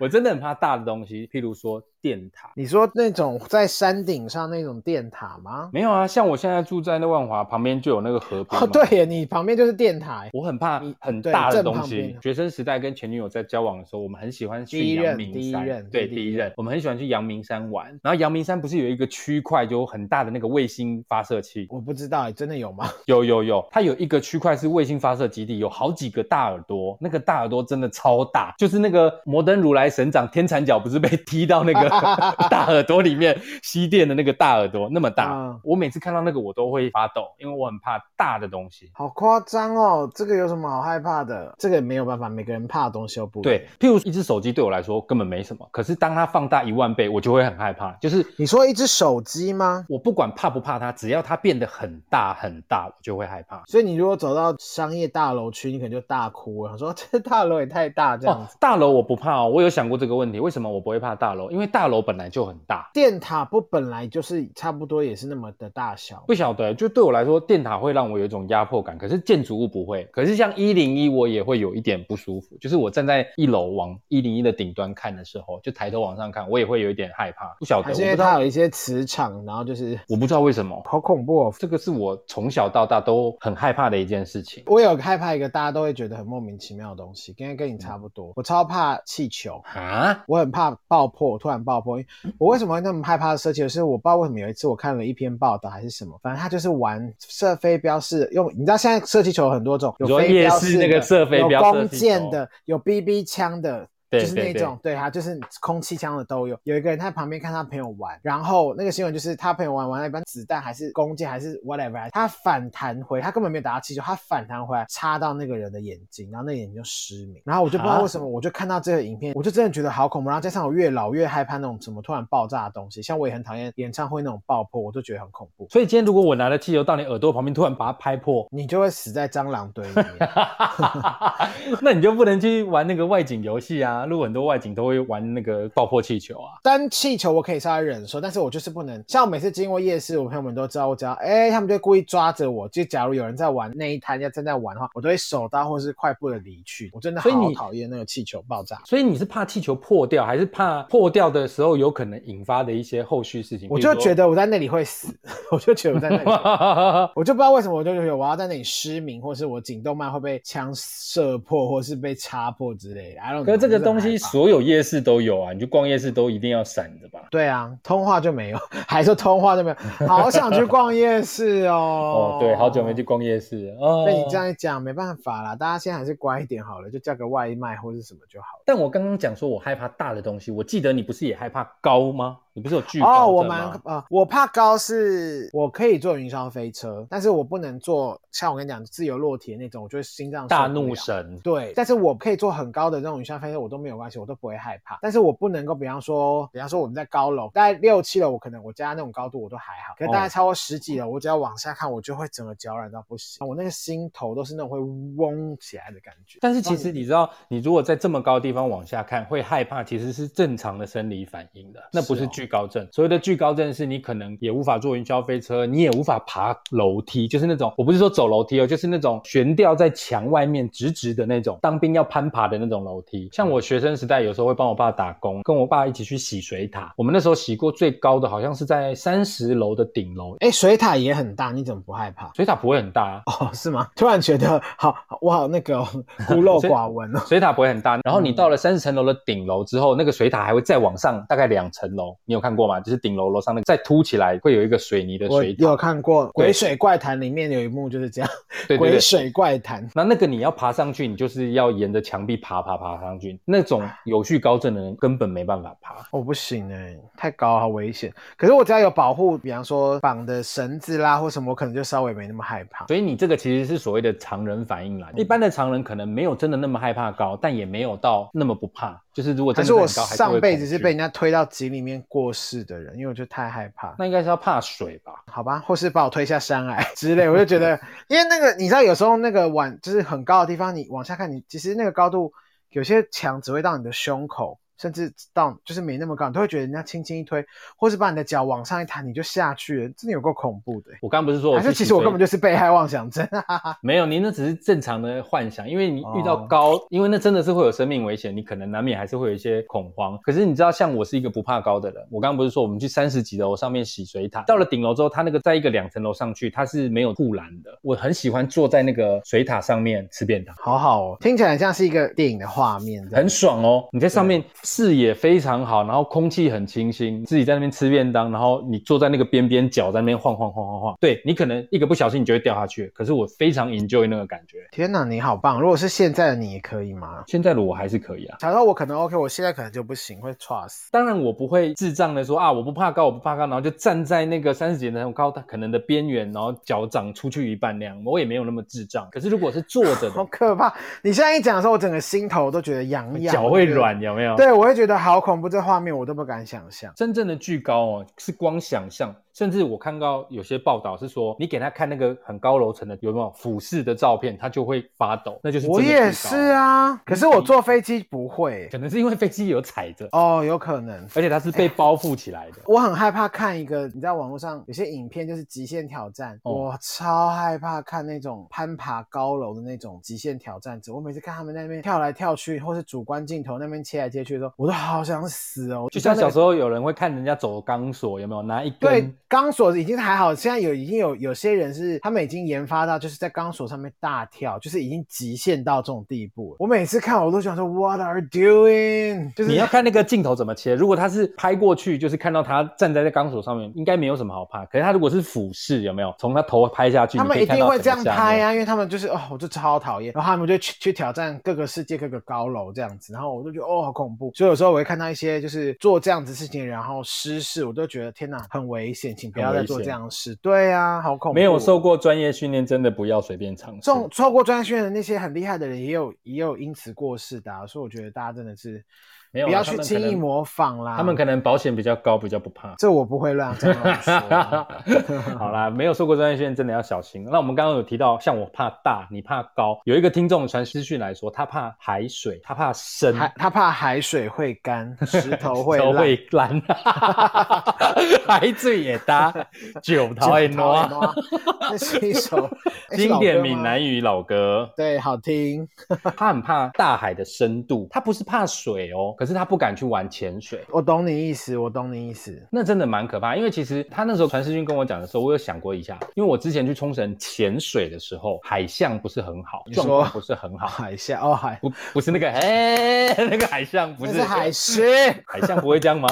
B: 我真的很怕大的东西，譬如说电塔。
C: 你说那种在山顶上那种电塔吗？
B: 没有啊，像我现在住在那万华旁边就有那个河边、
C: 哦，对，耶，你旁边就是电塔耶，
B: 我很怕很
C: 对
B: 大的
C: 正
B: 东
C: 旁边
B: 西。学生时代跟前女友在交往的时候，我们很喜欢
C: 第
B: 去
C: 一
B: 阳
C: 任
B: 明山，
C: 第一任
B: 对
C: 对
B: 第
C: 第
B: 一
C: 一
B: 任，我们很喜欢去阳明山玩。然后阳明山不是有一个区块就有很大的那个卫星发射器？
C: 我不知道耶，真的有吗？
B: 有有有，它有一个区块是卫星发射基地，有好几个大耳朵，那个大耳朵真的超大，就是那个摩登如来神掌天蚕角不是被踢到那个 大耳朵里面吸电的那个大耳朵那么大，
C: 嗯
B: 我每次看到那个我都会发抖，因为我很怕大的东西。
C: 好夸张哦，这个有什么好害怕的？这个没有办法，每个人怕的东西都不一样
B: 对。，譬如一只手机对我来说根本没什么，可是当它放大一万倍，我就会很害怕。就是
C: 你说一只手机吗？
B: 我不管怕不怕它，只要它变得很大很大，我就会害怕。
C: 所以你如果走到商业大楼区，你可能就大哭了，想说这大楼也太大这样
B: 哦
C: 子。，
B: 大楼我不怕哦，我有想过这个问题，为什么我不会怕大楼？因为大楼本来就很大。
C: 电塔不本来就是差不多也是那么的大小
B: 不晓得，就对我来说，电塔会让我有一种压迫感，可是建筑物不会。可是像一零一，我也会有一点不舒服，就是我站在一楼往一零一的顶端看的时候，就抬头往上看，我也会有一点害怕。不晓得，
C: 还
B: 我
C: 是因为
B: 不知道，
C: 它有一些磁场，然后就是
B: 我不知道为什么。
C: 好恐怖哦。
B: 这个是我从小到大都很害怕的一件事情。
C: 我有害怕一个大家都会觉得很莫名其妙的东西，跟跟你差不多。我超怕气球，
B: 啊，
C: 我很怕爆破，突然爆破。因为我为什么会那么害怕射气球？是我不知道为什么有一次我看了一篇报道还是什么，反正他就是玩射飞镖是用，你知道现在射气球有很多种，
B: 你
C: 有
B: 说
C: 飞镖式
B: 夜市
C: 的
B: 那个射飞镖
C: 有
B: 射
C: 弓
B: 气球
C: 箭的，有 BB 枪的。
B: 对
C: 就是
B: 对
C: 那种，对他就是空气枪的都有。有一个人他在旁边看他朋友玩，然后那个新闻就是他朋友玩玩了一般子弹还是弓箭还是 whatever，他反弹回，他根本没有打到气球，他反弹回来插到那个人的眼睛，然后那个眼睛就失明。然后我就不知道
B: 啊
C: 为什么，我就看到这个影片，我就真的觉得好恐怖。然后加上我越老越害怕那种什么突然爆炸的东西，像我也很讨厌演唱会那种爆破，我就觉得很恐怖。，
B: 所以今天如果我拿了汽油到你耳朵旁边，突然把它拍破
C: 你就会死在蟑螂堆里面。
B: 那你就不能去玩那个外景游戏啊。如果很多外景都会玩那个爆破气球啊。
C: 单气球我可以稍微忍受，但是我就是不能。像我每次经过夜市，我朋友们都知道，我只要哎、他们就会故意抓着我。就假如有人在玩那一摊，要正在玩的话，我都会手刀或是快步的离去。我真的
B: 所以
C: 好
B: 你
C: 讨厌那个气球爆炸。
B: 所以你是怕气球破掉，还是怕破掉的时候有可能引发的一些后续事情？
C: 我就觉
B: 得，
C: 得我在那里会死， 我就觉得我在那里会死。我就不知道为什么，我就觉得我要在那里失明，或是我颈动脉会被枪射破，或是被插破之类的。I don't know，
B: 可是这个东西
C: 我真的很害怕
B: 所有夜市都有啊，你就逛夜市都一定要闪的吧？
C: 对啊，通话就没有，还说通话就没有，好想去逛夜市哦
B: 哦，。对，好久没去。逛夜市了哦。
C: 被你这样一讲，没办法啦，大家现在还是乖一点好了，就叫个外卖或是什么就好了。
B: 但我刚刚讲说我害怕大的东西，我记得你不是也害怕高吗？你不是有惧高
C: 哦，
B: 症
C: 我蛮
B: 吗
C: 啊、我怕高是，我可以坐云霄飞车，但是我不能坐像我跟你讲自由落体的那种，我就会心脏受
B: 大
C: 不
B: 怒
C: 了。
B: 神，
C: 对，但是我可以坐很高的那种云霄飞车，我都没有关系，我都不会害怕。但是我不能够，比方说，比方说我们在高楼，大概六七楼，我可能我家那种高度我都还好，可是大
B: 哦
C: 概超过十几楼，我只要往下看，我就会整个脚软到不行，我那个心头都是那种会嗡起来的感觉。
B: 但是其实你知道，你如果在这么高的地方往下看，会害怕，其实是正常的生理反应的，那不是
C: 是哦
B: 惧高症。所谓的惧高症是你可能也无法坐云霄飞车，你也无法爬楼梯，就是那种我不是说走楼梯哦，就是那种悬吊在墙外面直直的那种，当兵要攀爬的那种楼梯。像我学生时代，有时候会帮我爸打工，跟我爸一起去洗水塔。我们那时候洗过最高的好像是在三十楼的顶楼，
C: 哎，水塔也很大，你怎么不害怕？
B: 水塔不会很大、啊。
C: 哦，是吗？突然觉得好，我好那 个、哦、孤陋寡闻哦。
B: 水塔不会很大，然后你到了三十层楼的顶楼之后，那个水塔还会再往上大概两层楼，你有看过吗？就是顶楼楼上那个再凸起来，会有一个水泥的
C: 我
B: 水塔
C: 有，看过《
B: 对
C: 鬼水怪谈》里面有一幕就是这样，
B: 对对
C: 鬼
B: 对。
C: 水怪谈》
B: 那那个你要爬上去，你就是要沿着墙壁爬爬爬上去，那种有惧高症的人根本没办法爬。
C: 我、不行哎、太高好危险。可是我只要有保护，比方说绑的绳子啦或什么，我可能就稍微没那么害怕。
B: 所以你这个其实是所谓的常人反应啦，一般的常人可能没有真的那么害怕高，但也没有到那么不怕。就是如果
C: 还
B: 真
C: 是
B: 的很
C: 我
B: 高，还是会
C: 上辈子
B: 恐
C: 是
B: 惧
C: 被人家推到井里面过世的人，因为我就太害怕。
B: 那应该是要怕水吧？
C: 好吧，或是把我推下山来之类，我就 觉得，因为那个你知道，有时候那个往就是很高的地方，你往下看，你其实那个高度有些墙只会到你的胸口，甚至到就是没那么高，你都会觉得人家轻轻一推，或是把你的脚往上一弹，你就下去了，真的有够恐怖的欸、
B: 我刚刚不是说我
C: 还是
B: 是
C: 其实我根本
B: 就
C: 就是被害妄想症啊！
B: 没有，你那只是正常的幻想，因为你遇到
C: 哦
B: 高，因为那真的是会有生命危险，你可能难免还是会有一些恐慌。可是你知道，像我是一个不怕高的人，我刚刚不是说我们去三十几楼上面洗水塔，到了顶楼之后，它那个在一个两层楼上去，它是没有护栏的。我很喜欢坐在那个水塔上面吃便当。
C: 好好哦，听起来像是一个电影的画面，
B: 很爽哦！你在上面视野非常好，然后空气很清新，自己在那边吃便当，然后你坐在那个边边脚在那边晃晃晃晃晃，对你可能一个不小心你就会掉下去。可是我非常 enjoy 那个感觉，
C: 天哪，你好棒！如果是现在的你，也可以吗？
B: 现在的我还是可以啊。
C: 小时候我可能 OK，我现在可能就不行，会猝死。
B: 当然，我不会智障的说啊，我不怕高，我不怕高，然后就站在那个三十几层高，它可能的边缘，然后脚掌出去一半那样，我也没有那么智障。可是如果是坐着
C: 好
B: 的，
C: 可怕！你现在一讲的时候，我整个心头都觉得痒痒，啊
B: 脚会软，。有没有？
C: 对，我会觉得好恐怖，这画面我都不敢想象。
B: 真正的巨高哦，是光想象，甚至我看到有些报道是说，你给他看那个很高楼层的有没有俯视的照片，他就会发抖，那就是真的
C: 我
B: 巨高
C: 也是，啊，可是我坐飞机不会
B: 可能是因为飞机有踩 着，
C: 哦，有可能。
B: 而且它是被包覆起来的。
C: 我很害怕看一个，你在网络上有些影片就是极限挑战，
B: 哦
C: 我超害怕看那种攀爬高楼的那种极限挑战者。我每次看他们那边跳来跳去，或是主观镜头那边切来切去的时候，我都好想死哦。
B: 就像
C: 那个
B: 小时候有人会看人家走钢索，有没有拿一
C: 对
B: 根？，
C: 钢索已经还好，现在有已经有有些人是他们已经研发到就是在钢索上面大跳，就是已经极限到这种地步了。我每次看我都想说 What are you doing？就是
B: 你要看那个镜头怎么切。如果他是拍过去，就是看到他站在那钢索上面，应该没有什么好怕。可是他如果是俯视，有没有从他头拍下去？
C: 他们
B: 你可
C: 一
B: 以看
C: 定
B: 到
C: 会这样
B: 整个下
C: 拍
B: 面
C: 啊，因为他们就是哦，我就超讨厌，然后他们就去去挑战各个世界各个高楼这样子，然后我就觉得哦好恐怖，所以有时候我会看到一些就是做这样子事情然后失事，我都觉得天哪很危险，请不要再做这样的事。对啊，好恐怖，
B: 没有受过专业训练，真的不要随便尝试。
C: 中超过专业训练的那些很厉害的人，也有也有因此过世的、啊，所以我觉得大家真的是
B: 没有啊
C: 不要
B: 他
C: 去
B: 们可
C: 轻易
B: 能
C: 模仿啦。
B: 他们可能保险比较高，比较不怕。
C: 这我不会乱这样乱说啊。
B: 好啦，没有受过专业训练，真的要小心。那我们刚刚有提到，像我怕大，你怕高。有一个听众传私讯来说，他怕海水，他怕深，
C: 海他怕海水会干，石头会
B: 都
C: 烂，
B: 会 烂，海水也搭，酒桃也
C: 挪哎
B: 挪。，
C: 那是一 首那是
B: 经
C: 老
B: 典
C: 歌
B: 闽
C: 吗
B: 南语老歌，
C: 对，好听。
B: 他很怕大海的深度，他不是怕水哦，可是他不敢去玩潜水。
C: 我懂你意思，我懂你意思。
B: 那真的蛮可怕，因为其实他那时候传世军跟我讲的时候，我有想过一下，因为我之前去冲绳潜水的时候，海象不是很好，
C: 你说
B: 状况不是很好，
C: 海下哦，海
B: 不不是那个 哎、那个海象不
C: 那
B: 是
C: 是 海狮，
B: 海象不会这样吗？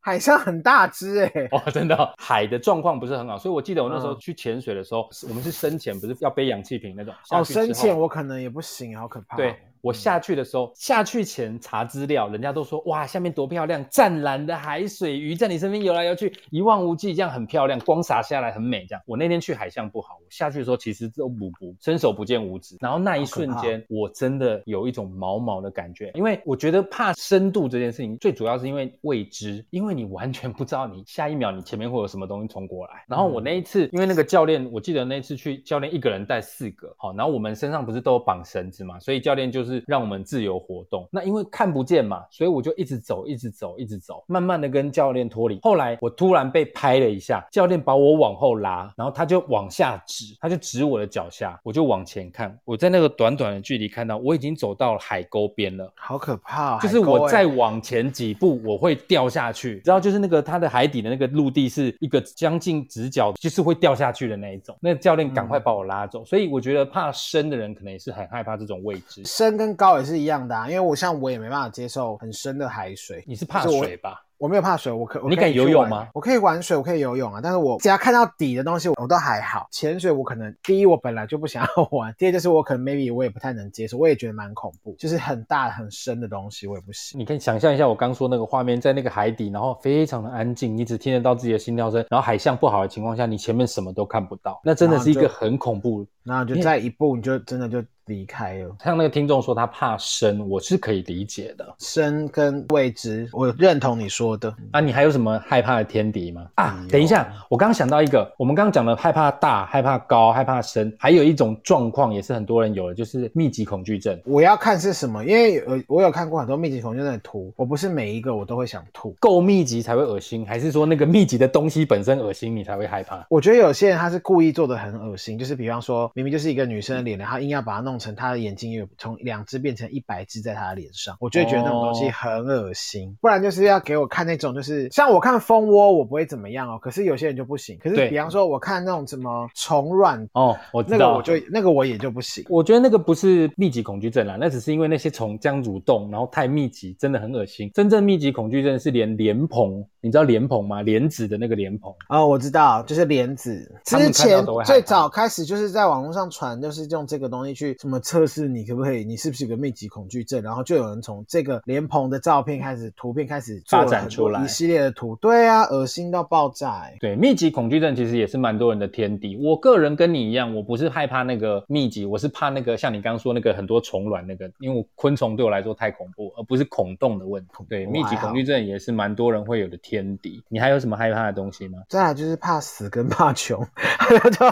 C: 海上很大只哎、
B: 哦，真的哦、海的状况不是很好，所以我记得我那时候
C: 嗯
B: 去潜水的时候，我们是深潜，不是要背氧气瓶那种。下
C: 哦，
B: 去之后
C: 深潜我可能也不行，好可怕。哦嗯
B: 对我下去的时候，下去前查资料，人家都说哇，下面多漂亮，湛蓝的海水，鱼在你身边游来游去，一望无际，这样很漂亮，光洒下来很美。这样，我那天去海象不好，我下去的时候其实都补补，伸手不见五指。然后那一瞬
C: 好可哦
B: 间，我真的有一种毛毛的感觉，因为我觉得怕深度这件事情，最主要是因为未知，因为你完全不知道你下一秒你前面会有什么东西冲过来。然后我
C: 嗯
B: 那一次，因为那个教练，我记得那一次去教练一个人带四个，好，然后我们身上不是都有绑绳子嘛，所以教练就是让我们自由活动。那因为看不见嘛，所以我就一直走，一直走，一直走，慢慢的跟教练脱离。后来我突然被拍了一下，教练把我往后拉，然后他就往下指，他就指我的脚下，我就往前看。我在那个短短的距离看到，我已经走到了海沟边了。
C: 好可怕、哦。
B: 就是
C: 海沟
B: 我
C: 欸
B: 再往前几步，我会掉下去。然后就是那个它的海底的那个陆地是一个将近直角，就是会掉下去的那一种。那教练赶快
C: 嗯
B: 把我拉走。所以我觉得怕深的人可能也是很害怕这种未知。
C: 深跟高也是一样的啊，因为我像我也没办法接受很深的海水，
B: 你是怕
C: 就是我
B: 水吧？
C: 我没有怕水，我可我
B: 你
C: 可以
B: 敢
C: 去
B: 游泳
C: 玩
B: 吗？
C: 我可以玩水，我可以游泳啊，但是我只要看到底的东西，我都还好。潜水我可能第一我本来就不想要玩，第二就是我可能 maybe 我也不太能接受，我也觉得蛮恐怖，就是很大很深的东西我也不行。
B: 你可以想象一下我刚说那个画面，在那个海底，然后非常的安静，你只听得到自己的心跳声，然后海象不好的情况下，你前面什么都看不到，那真的是一个
C: 然后就
B: 很恐怖
C: 然后就再一步你就真的就离开了。
B: 像那个听众说他怕生，我是可以理解的。
C: 生跟未知，我认同你说的。
B: 啊，你还有什么害怕的天敌吗？啊
C: 没，有
B: 等一下，我刚刚想到一个，我们刚刚讲的害怕大、害怕高、害怕深，还有一种状况也是很多人有的，就是密集恐惧症。
C: 我要看是什么，因为有我有看过很多密集恐惧症的图，我不是每一个我都会想吐。
B: 够密集才会恶心，还是说那个密集的东西本身恶心你才会害怕？
C: 我觉得有些人他是故意做的很恶心，就是比方说明明就是一个女生的脸，然后硬要把它弄成她的眼睛有从两只变成一百只在她的脸上，我就会觉得那种东西
B: 哦
C: 很恶心。不然就是要给我看那种就是像我看蜂窝我不会怎么样哦，可是有些人就不行。可
B: 对
C: 是比方说我看那种什么虫卵，
B: 哦，我知
C: 那个
B: 道，
C: 我就那个我也就不行。
B: 我觉得那个不是密集恐惧症啦，那只是因为那些虫这样蠕动，然后太密集，真的很恶心。真正密集恐惧症是连莲蓬，你知道莲蓬吗？莲子的那个莲蓬，
C: 哦，我知道，就是莲子。
B: 他们
C: 之
B: 看到
C: 前
B: 都会害怕
C: 最早开始就是在网络上传，就是用这个东西去什么测试你可不可以，你是不是有个密集恐惧症，然后就有人从这个莲蓬的照片开始，图片开始做了
B: 发展
C: 很
B: 出
C: 多
B: 来
C: 一系列的图。对啊，恶心到爆炸、欸。
B: 对，密集恐惧症其实也是蛮多人的天敌。我个人跟你一样，我不是害怕那个密集，我是怕那个像你刚刚说那个很多虫卵那个，因为我昆虫对我来说太恐怖，而不是孔洞的问题。对，密集恐惧症也是蛮多人会有的天敌。你还有什么害怕的东西吗？
C: 再来就是怕死跟怕穷， 就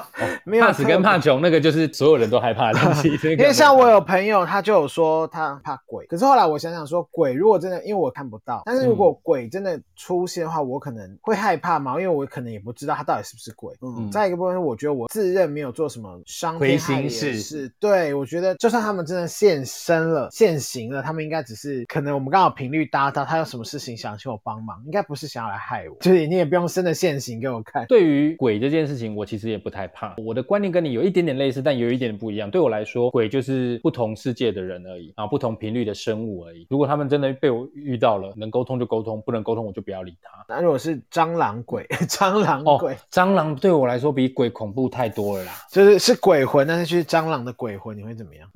C: 没有
B: 哦怕死跟
C: 特
B: 怕穷，那个就是所有人都害怕的东 西。因
C: 因为像我有朋友，他就有说他怕鬼，可是后来我想想说，鬼如果真的，因为我看不到，但是如
B: 嗯
C: 果鬼真的出现的话，我可能会害怕嘛，因为我可能也不知道他到底是不是鬼。嗯，
B: 嗯
C: 再一个部分，我觉得我自认没有做什么伤
B: 亏
C: 天
B: 心
C: 害理的
B: 事
C: 事，对我觉得就算他们真的现身了、现形了，他们应该只是可能我们刚好频率搭到，他有什么事情想请我帮忙，应该不是想要来害我，就是你也不用真的现形给我看。
B: 对于鬼这件事情，我其实也不太怕。我的观念跟你有一点点类似，但有一点不一样。对我来说，鬼就是不同世界的人而已啊，不同频率的生物而已。如果他们真的被我遇到了，能沟通就沟通，不能沟通我就不要理他。
C: 那如果是蟑螂鬼， 蟑螂
B: 哦
C: 鬼、，
B: 蟑螂对我来说比鬼恐怖太多了啦，
C: 就是是鬼魂，但是是蟑螂的鬼魂，你会怎么样？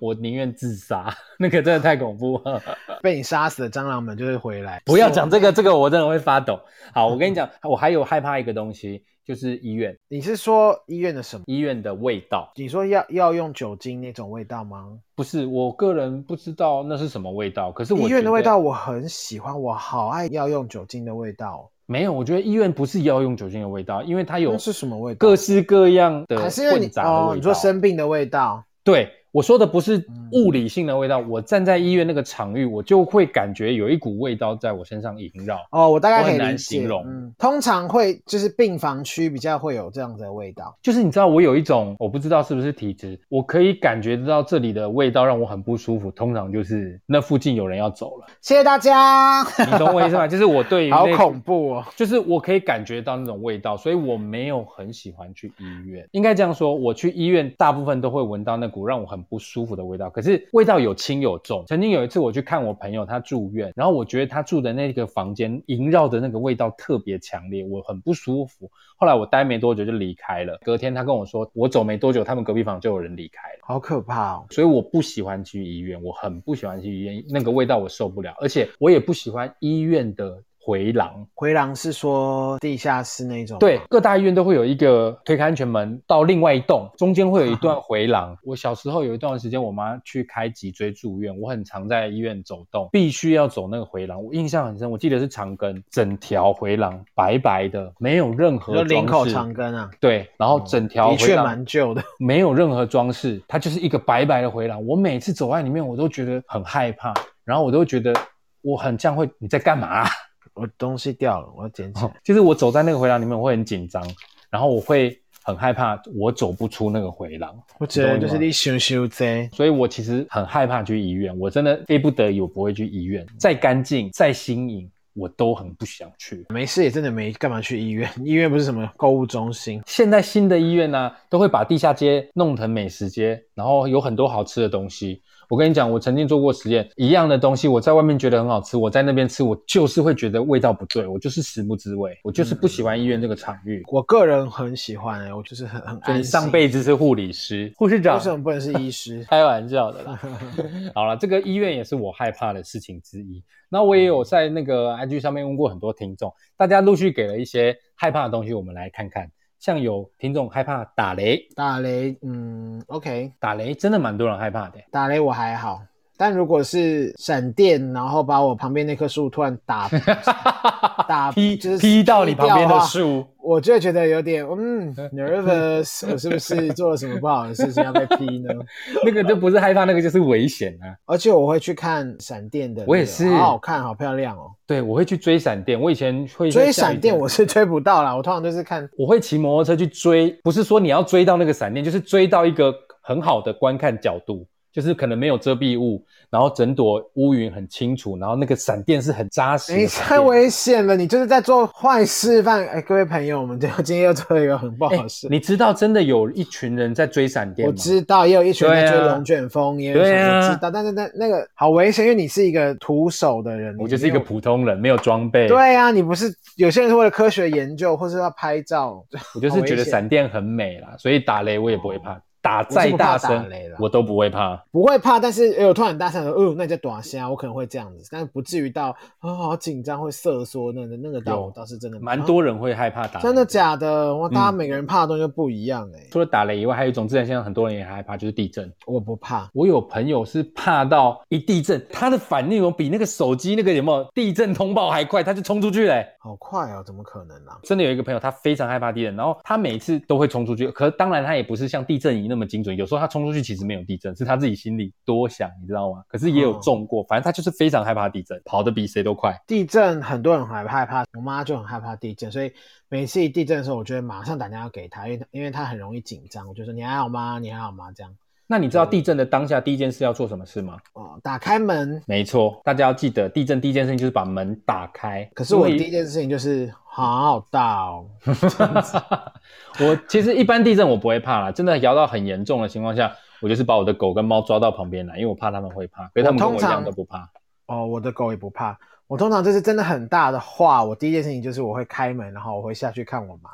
B: 我宁愿自杀，那个真的太恐怖了。
C: 被你杀死的蟑螂们就会回来。
B: 不要讲这个，这个我真的会发抖。好，我跟你讲，我还有害怕一个东西，就是医院，
C: 你是说医院的什么？
B: 医院的味道。
C: 你说要要用酒精那种味道吗？
B: 不是，我个人不知道那是什么味道，可是我
C: 医院
B: 觉
C: 的味
B: 得
C: 道我很喜欢，我好爱要用酒精的味道。
B: 没有，我觉得医院不是药用酒精的味道，因为它有
C: 那是什么味道
B: 各式各样的
C: 还是因为
B: 混
C: 你
B: 杂的味道。
C: 哦，你说生病的味道，
B: 对我说的不是
C: 嗯
B: 物理性的味道，我站在医院那个场域，我就会感觉有一股味道在我身上萦绕。
C: 哦，我大概
B: 我
C: 可
B: 很
C: 以
B: 难
C: 理
B: 形
C: 解。
B: 容
C: 嗯，通常会就是病房区比较会有这样子的味道。
B: 就是你知道，我有一种我不知道是不是体质，我可以感觉得到这里的味道让我很不舒服。通常就是那附近有人要走了，
C: 谢谢大家，
B: 你懂我意思吗？就是我对于
C: 好
B: 那
C: 恐怖哦。
B: 就是我可以感觉到那种味道，所以我没有很喜欢去医院。应该这样说，我去医院大部分都会闻到那股让我很不舒服的味道，可是味道有轻有重。曾经有一次我去看我朋友，他住院，然后我觉得他住的那个房间萦绕的那个味道特别强烈，我很不舒服。后来我待没多久就离开了，隔天他跟我说，我走没多久，他们隔壁房就有人离开了。
C: 好可怕哦！
B: 所以我不喜欢去医院，我很不喜欢去医院，那个味道我受不了，而且我也不喜欢医院的回廊。
C: 回廊是说地下室那种吗，
B: 对，各大医院都会有一个推开安全门到另外一栋，中间会有一段回廊。我小时候有一段时间，我妈去开脊椎住院，我很常在医院走动，必须要走那个回廊。我印象很深，我记得是长庚，整条回廊白白的，没有任
C: 你说
B: 何
C: 领口
B: 装饰。
C: 长根啊，
B: 对，然后整条回
C: 的确
B: 廊
C: 蛮旧的。
B: 没有任何装饰，它就是一个白白的回廊。我每次走在里面，我都觉得很害怕，然后我都觉得我很像会你在干嘛啊、
C: 我东西掉了，我要捡起来。
B: 就是我走在那个回廊里面，我会很紧张，然后我会很害怕，我走不出那个回廊，
C: 我觉得就是
B: 你懂我意思吗
C: 你羞羞贼，
B: 所以我其实很害怕去医院。我真的非不得已，我不会去医院。再干净、再新颖，我都很不想去。
C: 没事也真的没干嘛去医院， 医院不是什么购物中心。
B: 现在新的医院呢、都会把地下街弄成美食街，然后有很多好吃的东西。我跟你讲，我曾经做过实验，一样的东西，我在外面觉得很好吃，我在那边吃，我就是会觉得味道不对，我就是食不知味，我就是不喜欢医院这个场 域。
C: 我个人很喜欢、欸，我就是很
B: 所
C: 很
B: 以
C: 安
B: 你
C: 心
B: 上辈子是啊护理师、护士
C: 为
B: 长，？
C: 什么不能是医师
B: 开玩笑的啦。好了，这个医院也是我害怕的事情之一。那我也有在那个 IG 上面问过很多听众，大家陆续给了一些害怕的东西，我们来看看像有听众害怕打雷，
C: 打雷，嗯，OK，
B: 打雷真的蛮多人害 怕的。
C: 打雷我还好，但如果是闪电，然后把我旁边那棵树突然 打打
B: 劈
C: 就是
B: 劈到你旁边
C: 劈掉啊
B: 的
C: 话
B: 树，
C: 我就会觉得有点 嗯 nervous，我是不是做了什么不好的事情要被批呢？
B: 那个就不是害怕，那个就是危险啊。
C: 而且我会去看闪电的那个，
B: 我也是
C: 好好看，好漂亮哦。
B: 对，我会去追闪电。我以前会在
C: 追
B: 下雨
C: 闪电
B: 天
C: 我是追不到啦，我通常就是看
B: 我会骑摩托车去追，不是说你要追到那个闪电，就是追到一个很好的观看角度，就是可能没有遮蔽物，然后整朵乌云很清楚，然后那个闪电是很扎实的
C: 你
B: 闪
C: 哎太
B: 电。
C: 危险了，你就是在做坏示范。哎，各位朋友，我们就今天又做了一个很不好的事。
B: 哎你知道真的有一群人在追闪电
C: 我
B: 吗？
C: 知道，也有一群人在
B: 对
C: 追
B: 啊
C: 龙卷风，也有
B: 对
C: 什么
B: 啊
C: 知道，但是那那个好危险，因为你是一个徒手的人，
B: 我
C: 你
B: 就是一个
C: 没有
B: 普通人，没有装备。，
C: 对啊，你不是有些人是为了科学研究，或是要拍照，
B: 我就是觉得闪电很美啦，所以打雷我也不会怕，打再大
C: 哦我是不怕
B: 声
C: 打雷啦哦
B: 我都不会怕。
C: 不会怕，但是哎我突然很大声说，哦，那你在短虾，我可能会这样子，但不至于到啊、好紧张会瑟缩那个那个倒
B: 有
C: 我倒是真的
B: 蛮、
C: 啊
B: 多人会害怕打雷，
C: 真的假的？哇，
B: 嗯
C: 大家每个人怕的东西都不一样哎、
B: 除了打雷以外，还有一种自然现象，很多人也害怕，就是地震。
C: 我不怕，
B: 我有朋友是怕到一地震，他的反应有比那个手机那个有没有地震通报还快，他就冲出去嘞、
C: 好快哦，怎么可能啊？
B: 真的有一个朋友，他非常害怕地震，然后他每次都会冲出去。可是当然，他也不是像地震仪那么精准，有时候他冲出去其实没有地震，是他自己心里多想，你知道吗？可是也
C: 哦
B: 有中过，反正他就是非常害怕地震，跑得比谁都快。
C: 地震很多人很害怕，我妈就很害怕地震，所以每次一地震的时候，我就会马上打电话给她，因为因为她很容易紧张，我就说你还好吗？你还好吗？这样
B: 那你知道地震的当下第一件事要做什么事吗？
C: 哦，打开门。
B: 没错，大家要记得，地震第一件事情就是把门打开。
C: 可是我
B: 因
C: 第
B: 为
C: 一件事情就是好大哦，
B: 我其实一般地震我不会怕啦，真的摇到很严重的情况下，我就是把我的狗跟猫抓到旁边来，因为我怕它们会怕，可是它们跟我一样都不怕。
C: 哦，我的狗也不怕。我通常就是真的很大的话，我第一件事情就是我会开门，然后我会下去看我妈，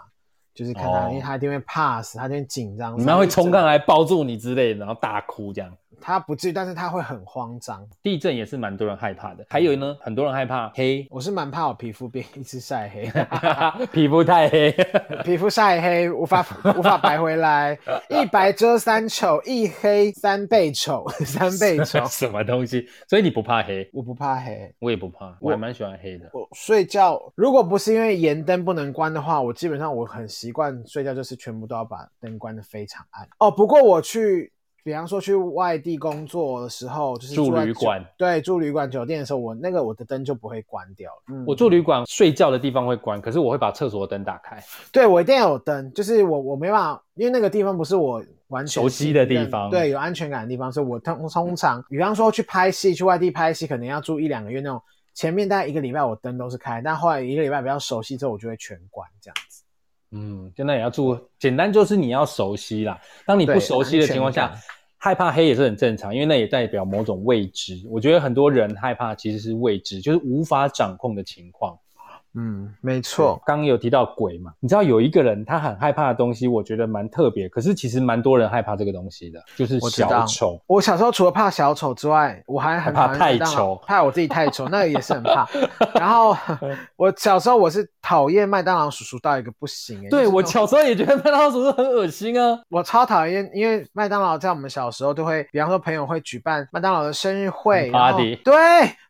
C: 就是看她，
B: 哦
C: 因为她一定会怕死，她一定会紧张。
B: 你妈会冲上
C: 她一
B: 来抱住你之类的，然后大哭这样。
C: 整，她不至于，但是她会很慌张。
B: 地震也是蛮多人害怕的，还有呢，很多人害怕黑，
C: 我是蛮怕我皮肤变一直晒黑，
B: 皮肤太黑。
C: 皮肤晒黑 无法无法白回来，一白遮三丑，一黑三倍丑， 三倍 丑。
B: 什么东西？所以你不怕黑，
C: 我不怕黑，
B: 我也不怕，我还蛮喜欢黑的。
C: 我睡觉如果不是因为盐灯不能关的话，我基本上我很习惯睡觉就是全部都要把灯关得非常暗。哦，不过我去，比方说去外地工作的时候，就是
B: 住
C: 在
B: 旅
C: 酒
B: 馆，
C: 对，住旅馆酒店的时候，我那个我的灯就不会关掉了。嗯
B: 我住旅馆睡觉的地方会关，可是我会把厕所的灯打开。
C: 对我一定要有灯，就是我我没办法，因为那个地方不是我完全
B: 熟悉的地
C: 信任
B: 方
C: 对，有安全感的地方，所以我通通常，比方说去拍戏，去外地拍戏，可能要住一两个月那种。前面大概一个礼拜我灯都是开，但后来一个礼拜比较熟悉之后，我就会全关这样子。
B: 嗯，真的也要住，简单就是你要熟悉啦。当你不
C: 对
B: 熟悉的情况
C: 安
B: 下
C: 全感，
B: 害怕黑也是很正常，因为那也代表某种未知。我觉得很多人害怕其实是未知，就是无法掌控的情况。
C: 嗯，没错。
B: 刚刚有提到鬼嘛，你知道有一个人他很害怕的东西，我觉得蛮特别，可是其实蛮多人害怕这个东西的，就是
C: 我知道
B: 小丑。
C: 我小时候除了怕小丑之外，我还很
B: 还怕
C: 讨厌
B: 太
C: 麦当劳
B: 丑嗯
C: 怕我自己太丑，那个也是很 怕。然后我小时候我是讨厌麦当劳叔叔到一个不行、欸，
B: 对
C: 就是那
B: 我
C: 种
B: 小时候也觉得麦 当劳叔叔很恶心 啊，
C: 我超讨厌，因为麦当劳在我们小时候都会，比方说朋友会举办麦当劳的生日会
B: 嗯
C: 然后
B: party
C: 对，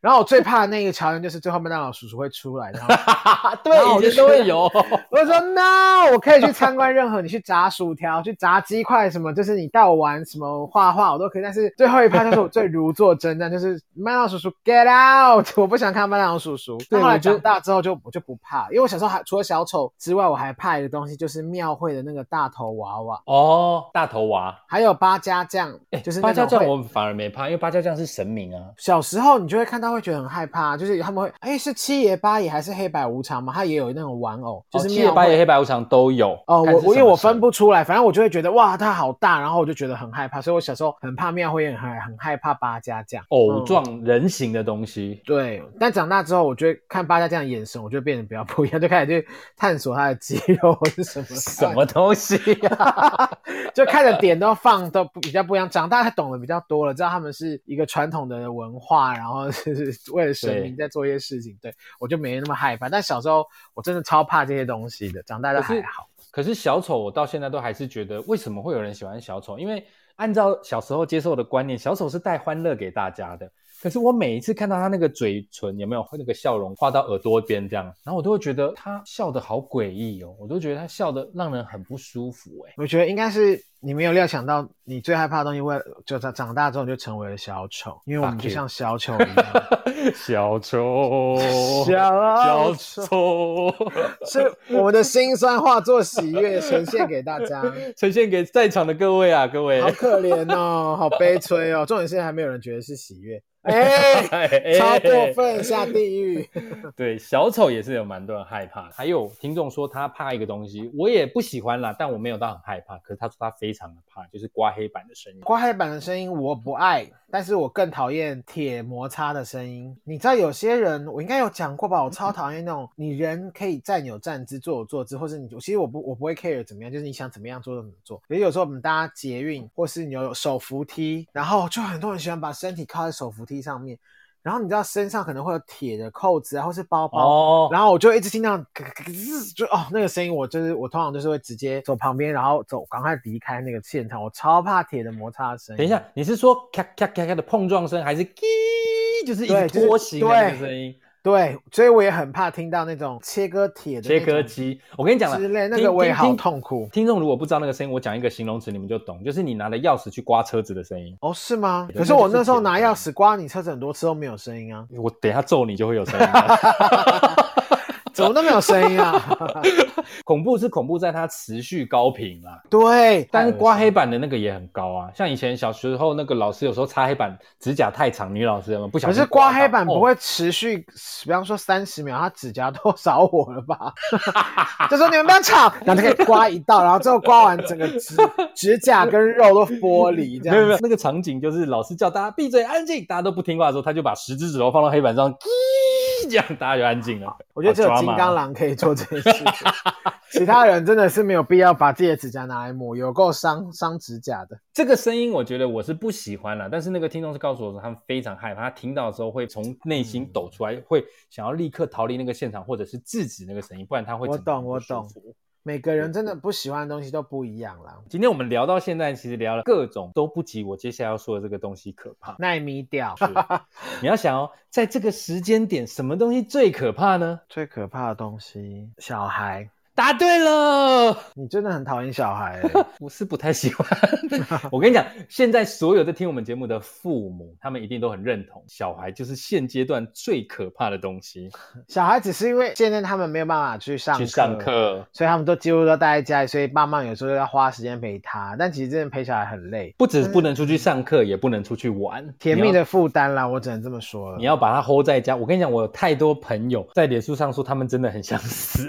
C: 然后我最怕的那个桥段就是最后麦当劳叔叔会出来，然后然后
B: 对，
C: 我
B: 以
C: 就
B: 前都会有。
C: 我就说 no，我可以去参观任何，你去炸薯条、 去炸鸡块什么，就是你带我玩什么画画我都可以，但是最后一趴就是我最如坐针毡，就是麦当劳叔叔 get out，我不想看麦当劳叔叔。
B: 对
C: 但后
B: 我
C: 来
B: 觉得
C: 长大之后就我就不怕，因为我小时候还除了小丑之外，我还怕一个东西，就是庙会的那个大头娃娃。
B: 哦，大头娃，
C: 还有八家酱，
B: 哎，
C: 就是
B: 芭
C: 那
B: 蕉
C: 种
B: 酱
C: 会
B: 我反而没怕，因为芭蕉酱是神明啊。
C: 小时候你就会看到，会觉得很害怕，就是他们会，哎，是七爷八爷还是黑白无常嘛？他也有那种玩偶，就
B: 就是是哦七
C: 庙会
B: 爷八爷、黑白无常都有。
C: 哦，
B: 看
C: 我
B: 是
C: 我因为
B: 什么
C: 我分
B: 神
C: 不出来，反正我就会觉得哇，它好大，然后我就觉得很害怕，所以我小时候很怕庙会，也很很害怕八家酱。
B: 偶
C: 嗯
B: 状哦人形的东 西。
C: 对，但长大之后，我觉得看八家酱的眼神，我就变得比较不一样，就开始去探索他的肌肉或是什么
B: 什么东西呀、
C: 就看的点都放都不比较不一样，长大他懂得比较多了，知道他们是一个传统的文化，然后是为了神明
B: 对
C: 在做一些事情，对我就没那么害怕。但小时候我真的超怕这些东西的，长大就还好。
B: 可是小丑，我到现在都还是觉得，为什么会有人喜欢小丑？因为按照小时候接受的观念，小丑是带欢乐给大家的。可是我每一次看到他那个嘴唇有没有那个笑容画到耳朵边这样，然后我都会觉得他笑的好诡异哦，我都觉得他笑的让人很不舒服哎、
C: 我觉得应该是你没有料想到，你最害怕的东西会就长长大之后你就成为了小丑，因为我们
B: Fuck
C: 就
B: you
C: 像小丑一样。
B: 小丑，
C: 小
B: 哦 丑，
C: 是我们的辛酸化作喜悦呈现给大 家，
B: 呈现给在场的各位啊，各位
C: 好。可怜哦，好悲催哦。重点是还没有人觉得是喜 悦，哎、超过分，下地狱。
B: 对，小丑也是有蛮多人害怕的。还有听众说他怕一个东西，我也不喜欢啦，但我没有到很害怕。可是他说他非常的怕，就是刮黑板的声音。
C: 刮黑板的声音我不爱，但是我更讨厌铁摩擦的声音。你知道有些人，我应该有讲过吧？我超讨厌那种你人可以站有站姿，坐有坐姿，或是你其实我不我不会 care 怎么样，就是你想怎么样做就怎么做。也有时候我们搭捷运，或是你有手扶梯，然后就很多人喜欢把身体靠在手扶梯上面，然后你知道身上可能会有铁的扣子啊，或是包包，
B: 哦，
C: 然后我就一直听到咯咯咯吱，就哦那个声音，我就是我通常就是会直接走旁边，然后走赶快离开那个现场，我超怕铁的摩擦声。
B: 等一，下，你是说咔咔咔咔的碰撞声，还是叽，就是一
C: 对
B: 直
C: 就是
B: 拖行的那个
C: 对
B: 声音？
C: 对，所以我也很怕听到那种切割铁的那
B: 切
C: 种
B: 割机，我跟你讲了，
C: 之类，那
B: 听
C: 个我也
B: 听
C: 好
B: 听
C: 痛苦。
B: 听众如果不知道那个声音，我讲一个形容词你们就懂，就是你拿了钥匙去刮车子的声音。
C: 哦，是吗？
B: 对
C: 可是我那时候
B: 那
C: 拿
B: 就是铁
C: 钥
B: 的
C: 匙刮你车子很多次都没有声音啊，
B: 我等一下揍你就会有 声音了。
C: 怎么都没有声音啊？
B: 恐怖是恐怖在它持续高频啦，
C: 对，
B: 但是刮黑
C: 板
B: 板的那个也很高啊。像以前小时候那个老师有时候擦黑板指甲太长，女老师有没有不小
C: 可
B: 心
C: 是刮
B: 到
C: 黑板不
B: 哦
C: 会持续，比方说三十秒，他指甲都少我 了吧？就说你们不要吵，然后就可以刮一道，然后最后刮完整个 指指甲跟肉都剥离这
B: 没有没
C: 样
B: 有
C: 子。，
B: 那个场景就是老师叫大家闭嘴安静，大家都不听话的时候，他就把十只指头放到黑板上，叽，这样大家就安静了。
C: 我觉得只有
B: 好
C: 金
B: drama
C: 刚狼可以做这件事情，其他人真的是没有必要把自己的指甲拿来抹，有够伤伤指甲的。
B: 这个声音我觉得我是不喜欢啦，但是那个听众是告诉我说他们非常害怕，他听到的时候会从内心抖出来，会想要立刻逃离那个现场，或者是制止那个声音，不然他会
C: 我
B: 整个人
C: 懂我
B: 不舒
C: 懂
B: 服
C: 每个人真的不喜欢的东西都不一样啦。
B: 今天我们聊到现在，其实聊了各种都不及我接下来要说的这个东西可怕。
C: 耐米屌，
B: 你要想哦，在这个时间点，什么东西最可怕呢？
C: 最可怕的东西，小孩，
B: 答对了。
C: 你真的很讨厌小 孩、欸。
B: 我是不太喜欢。 我跟你讲，现在所有在听我们节目的父母，他们一定都很认同，小孩就是现阶段最可怕的东西。
C: 小孩只是因为现在他们没有办法去上
B: 去上，课
C: 所以他们都几乎都待在家里，所以爸妈有时候要花时间陪他。但其实真的陪小孩很累，
B: 不止不能出去上课，也不能出去玩，
C: 甜
B: 嗯
C: 蜜
B: 你要。
C: 的负担啦，我只能这么说了。
B: 你要把他 hold 在家。我跟你讲，我有太多朋友在脸书上说他们真的很想死，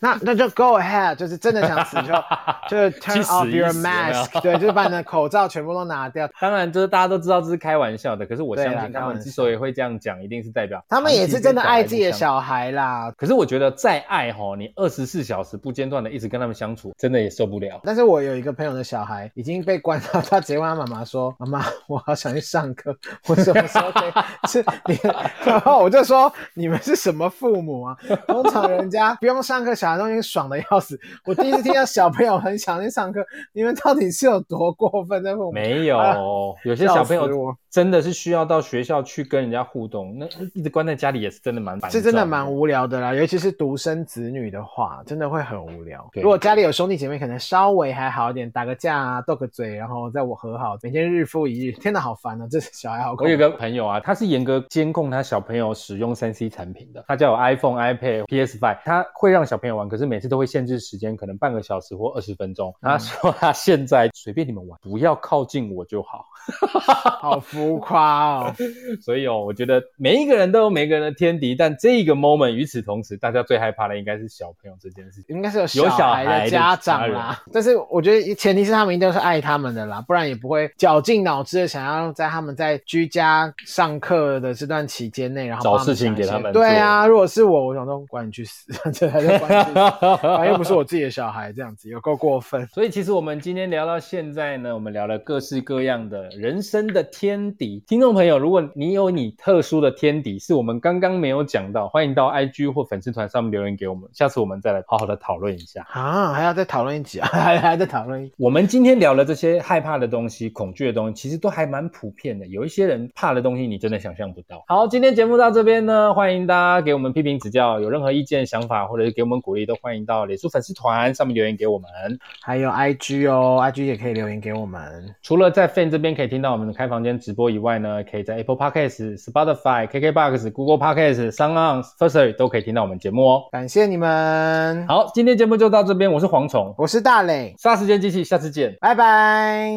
C: 那那就 go ahead，就是真的想死就 就是
B: 去
C: turn
B: 死
C: off
B: 一
C: your
B: 死
C: mask，对，就是把你的口罩全部都拿掉。
B: 当然就是大家都知道这是开玩笑的，可是我
C: 对
B: 相
C: 啦
B: 信
C: 开
B: 他
C: 玩
B: 们
C: 笑
B: 之所以会这样讲，一定是代表
C: 他们也是真的爱自己的
B: 长期跟小孩不相
C: 小孩啦，
B: 可是我觉得再爱吼，你二十四小时不间断的一直跟他们相处，真的也受不了。
C: 但是我有一个朋友的小孩已经被关到，他直接问他妈妈说：“ 妈妈，我好想去上课， 我什么时候可以 吃你？”然后我就说：“你们是什么父母啊？ 通常人家不用上课，小孩都已经爽的要死。我第一次听到小朋友很想去上课， 你们到底是有多过分？在父母
B: 没有，
C: 啊
B: 有些小朋
C: 笑死
B: 友
C: 我
B: 真的是需要到学校去跟人家互动，那一直关在家里也是真的蛮烦躁，
C: 是真的蛮无聊的啦，尤其是独生子女的话，真的会很无聊。
B: 对
C: 如果家里有兄弟姐妹，可能稍微还好一点，打个架啊，斗个嘴，然后再我和好，每天日复一日。天哪，好烦啊！这小孩好恐怖。
B: 我有个朋友啊，他是严格监控他小朋友使用三 C 产品的，他家有 iPhone、iPad、PS Five，他会让小朋友玩，可是每次都会限制时间，可能半个小时或二十分钟。
C: 嗯
B: 他说他现在随便你们玩，不要靠近我就好。
C: 好浮夸哦！
B: 所以哦，我觉得每一个人都有每一个人的天敌，但这个 moment 与此同时，大家最害怕的应该是小朋友这件事情。
C: 应该是有
B: 有小
C: 孩
B: 孩
C: 的
B: 的家
C: 家长
B: 人
C: 啦，但是我觉得前提是他们一定是爱他们的啦，不然也不会绞尽脑汁的想要在他们在居家上课的这段期间内，然后
B: 找
C: 帮们
B: 事情
C: 想一
B: 给
C: 些
B: 他们
C: 对
B: 做
C: 啊，如果是我，我想说管你去死，这还是管你去死，反正又不是我自己的小孩，这样子有够过分。
B: 所以其实我们今天聊到现在呢，我们聊了各式各样的人生的天天敌。听众朋友，如果你有你特殊的天敌，是我们刚刚没有讲到，欢迎到 IG 或粉丝团上面留言给我们，下次我们再来好好的讨论一下。
C: 啊，还要再讨论一集啊，还还要再讨论一集。
B: 我们今天聊了这些害怕的东西、恐惧的东西，其实都还蛮普遍的。有一些人怕的东西，你真的想象不到。好，今天节目到这边呢，欢迎大家给我们批评指教，有任何意见、想法，或者是给我们鼓励，都欢迎到脸书粉丝团上面留言给我们。
C: 还有 IG 哦，IG 也可以留言给我们。
B: 除了在 Fan 这边可以听到我们的开房间直播以外呢，可以在 Apple Podcast、Spotify、KKBox、Google Podcast、s o n g on、First 都可以听到我们节目哦。
C: 感谢你们，
B: 好，今天节目就到这边，我是蝗虫，
C: 我是大磊，
B: 杀时间机器，下次见。
C: 拜拜。